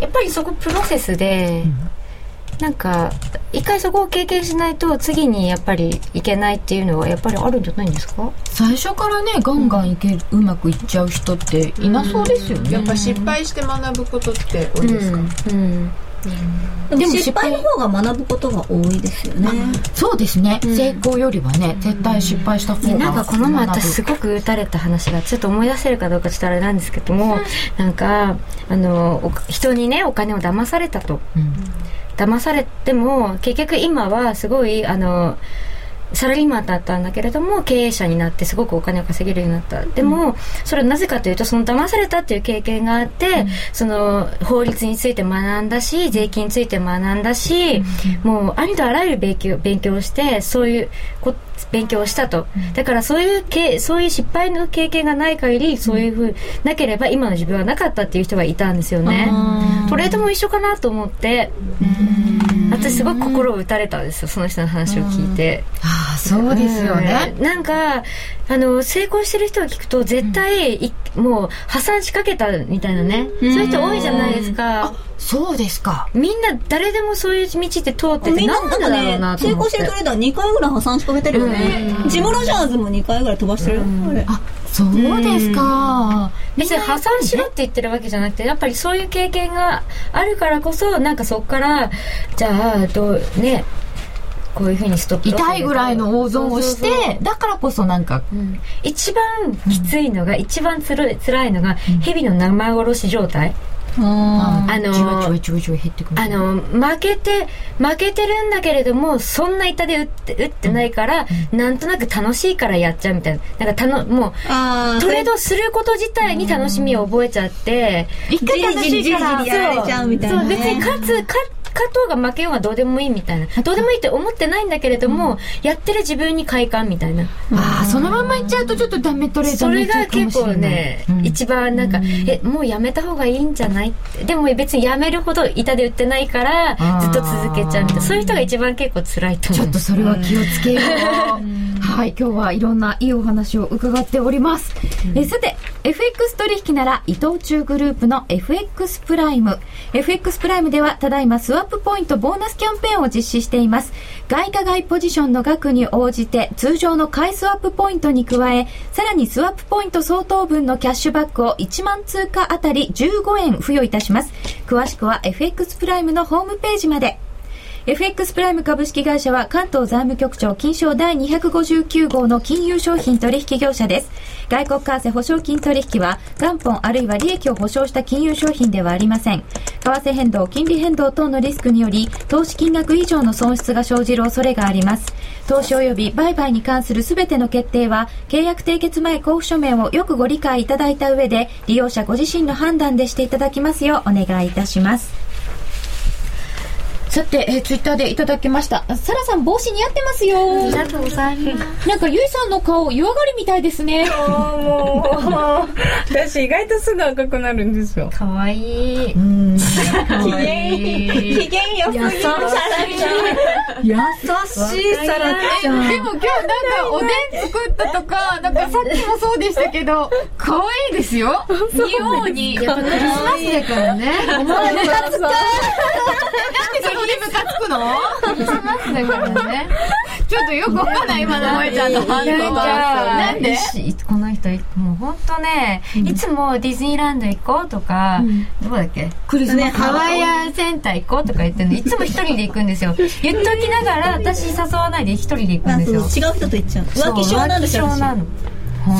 やっぱりそこプロセスで、なんか、一回そこを経験しないと次にやっぱりいけないっていうのはやっぱりあるんじゃないんですか
最初からねガンガンいける、うまくいっちゃう人っていなそうですよね、
やっぱ失敗して学ぶことって多いですか、
うん。
でも失敗の方が学ぶことが多いですよね。
そうですね、成功よりはね絶対失敗した方
ね
が
なんかこの
学
前
ぶ
私すごく打たれた話がちょっと思い出せるかどうかちょっとあれなんですけども、なんかあのお人にねお金を騙されたと、騙されても結局今はすごいあのサラリーマンだったんだけれども経営者になってすごくお金を稼げるようになったでも、それはなぜかというとその騙されたっていう経験があって、その法律について学んだし税金について学んだし、もうありとあらゆる勉強勉強をしてそういうこ勉強をしたと、だからそういうけそういう失敗の経験がない限りそういうふう、なければ今の自分はなかったっていう人がいたんですよねトレードも一緒かなと思って私すごく心を打たれたんですよその人の話を聞いて。
ああそうですよね、
うんなんかあの成功してる人を聞くと絶対、いもう破産しかけたみたいなね、そういう人多いじゃないですか
そうですか
みんな誰でもそういう道って通って
み
て
んな
なんでだろう
な
なん
かね、成
と思
功
って
してるトレーダー2回ぐらい破産しかけてるよね。ジム・ロジャーズも2回ぐらい飛ばしてるよ、あれ。
あそうですか
別に破産しろって言ってるわけじゃなくてやっぱりそういう経験があるからこそなんかそこからじゃあどうねこういうふうにストップロス
痛いぐらいの大損をし
そうそうそう
てだからこそなんか
うん一番きついのが、一番つる辛いのが蛇の生殺し状態、あの
じわじわじわじわ減ってくる
あの負けて負けてるんだけれどもそんな痛で打って打ってないから、なんとなく楽しいからやっちゃうみたいななんかたのも
あ
うトレードすること自体に楽しみを覚えちゃって、
一回楽しいから
じりじりやられちゃうみたいな、
そう別に
ね。
勝つ勝勝とうが負けようがどうでもいいみたいなどうでもいいって思ってないんだけれども、やってる自分に快感みたいな
ああそのまんまいっちゃうとちょっとダメトレード
そ
にな
れ
っちゃ
が
うかもし
結
れな
構
い
ね、
うん
一番なんか、えもうやめた方がいいんじゃないってでも別にやめるほど痛で売ってないから
あー
ずっと続けちゃうみたいなそういう人が一番結構辛いと
ちょ
思う
っとそれは気をつけよう。はい、今日はいろんないいお話を伺っております。えさて、FX 取引なら伊藤忠グループの FX プライム。FX プライムではただいまスワップポイントボーナスキャンペーンを実施しています。外貨外ポジションの額に応じて通常の買いスワップポイントに加え、さらにスワップポイント相当分のキャッシュバックを1万通貨あたり15円付与いたします。詳しくは FX プライムのホームページまで。FX プライム株式会社は関東財務局長金賞第259号の金融商品取引業者です。外国為替保証金取引は元本あるいは利益を保証した金融商品ではありません。為替変動、金利変動等のリスクにより投資金額以上の損失が生じる恐れがあります。投資及び売買に関するすべての決定は契約締結前交付書面をよくご理解いただいた上で利用者ご自身の判断でしていただきますようお願いいたします。さて、えー、ツイッターでいただきました。あサラさん、帽子似合ってますよ。ありがとうございます。なんか、ゆいさんの顔、湯上がりみたいですね。
もう、私意外とすぐ赤くなるんですよ。
かわいい
機嫌よすぎる。
優しいサラちゃん。
でも今日なんか、おでん作ったとか、なんかさっきもそうでしたけど、可愛いですよ。日本に。やっぱクリスマスだからね。お前ム カつく。なんでそこでムカつくのクリスマスだからね。ちょっとよくわかんない、今の萌えちゃんの反応が。なんで
この人もう本当ね、いつもディズニーランド行こうとか、どこだっけ
クリス
ね、ハワイアンセンター行こうとか言ってんのいつも一人で行くんですよ言っときながら私誘わないで一人で行くんですよ
違う人と言っちゃう。浮気症なんですよ。
そう浮気症なの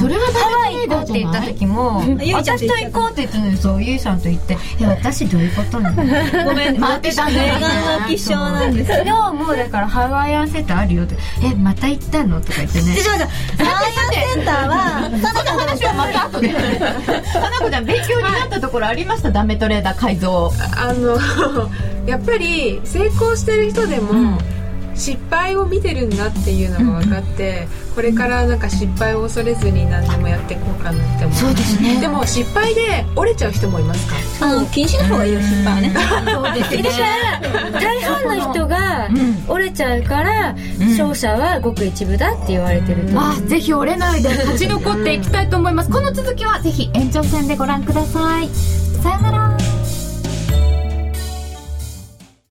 それは
ハワイ行こうって言った時も
い
私と行こうって言ったのにそうゆいさんと行っていや私どういうこと なの
ごめん、待ってたんだよ。が浮気症なんです。
昨日もだからハワイアンセンターあるよってえまた行ったのとか 言って
失
ね
礼しました。ハワイアンセンターは、サラちゃん話はまた後で。
花子ちゃん、勉強になったところありました、ダメトレーダー改造。
あの やっぱり成功してる人でも失敗を見てるんだっていうのが分かってこれからなんか失敗を恐れずに何でもやっていこうかなって思う
ですね。
でも失敗で折れちゃう人もいますか
あの、禁止の方がいいよ、失敗はね。
そうですね。
大半の人が
ん
折れちゃうから、勝者はごく一部だって言われてると
まあ、ぜひ折れないで勝ち残っていきたいと思います。この続きはぜひ延長戦でご覧ください。さよなら。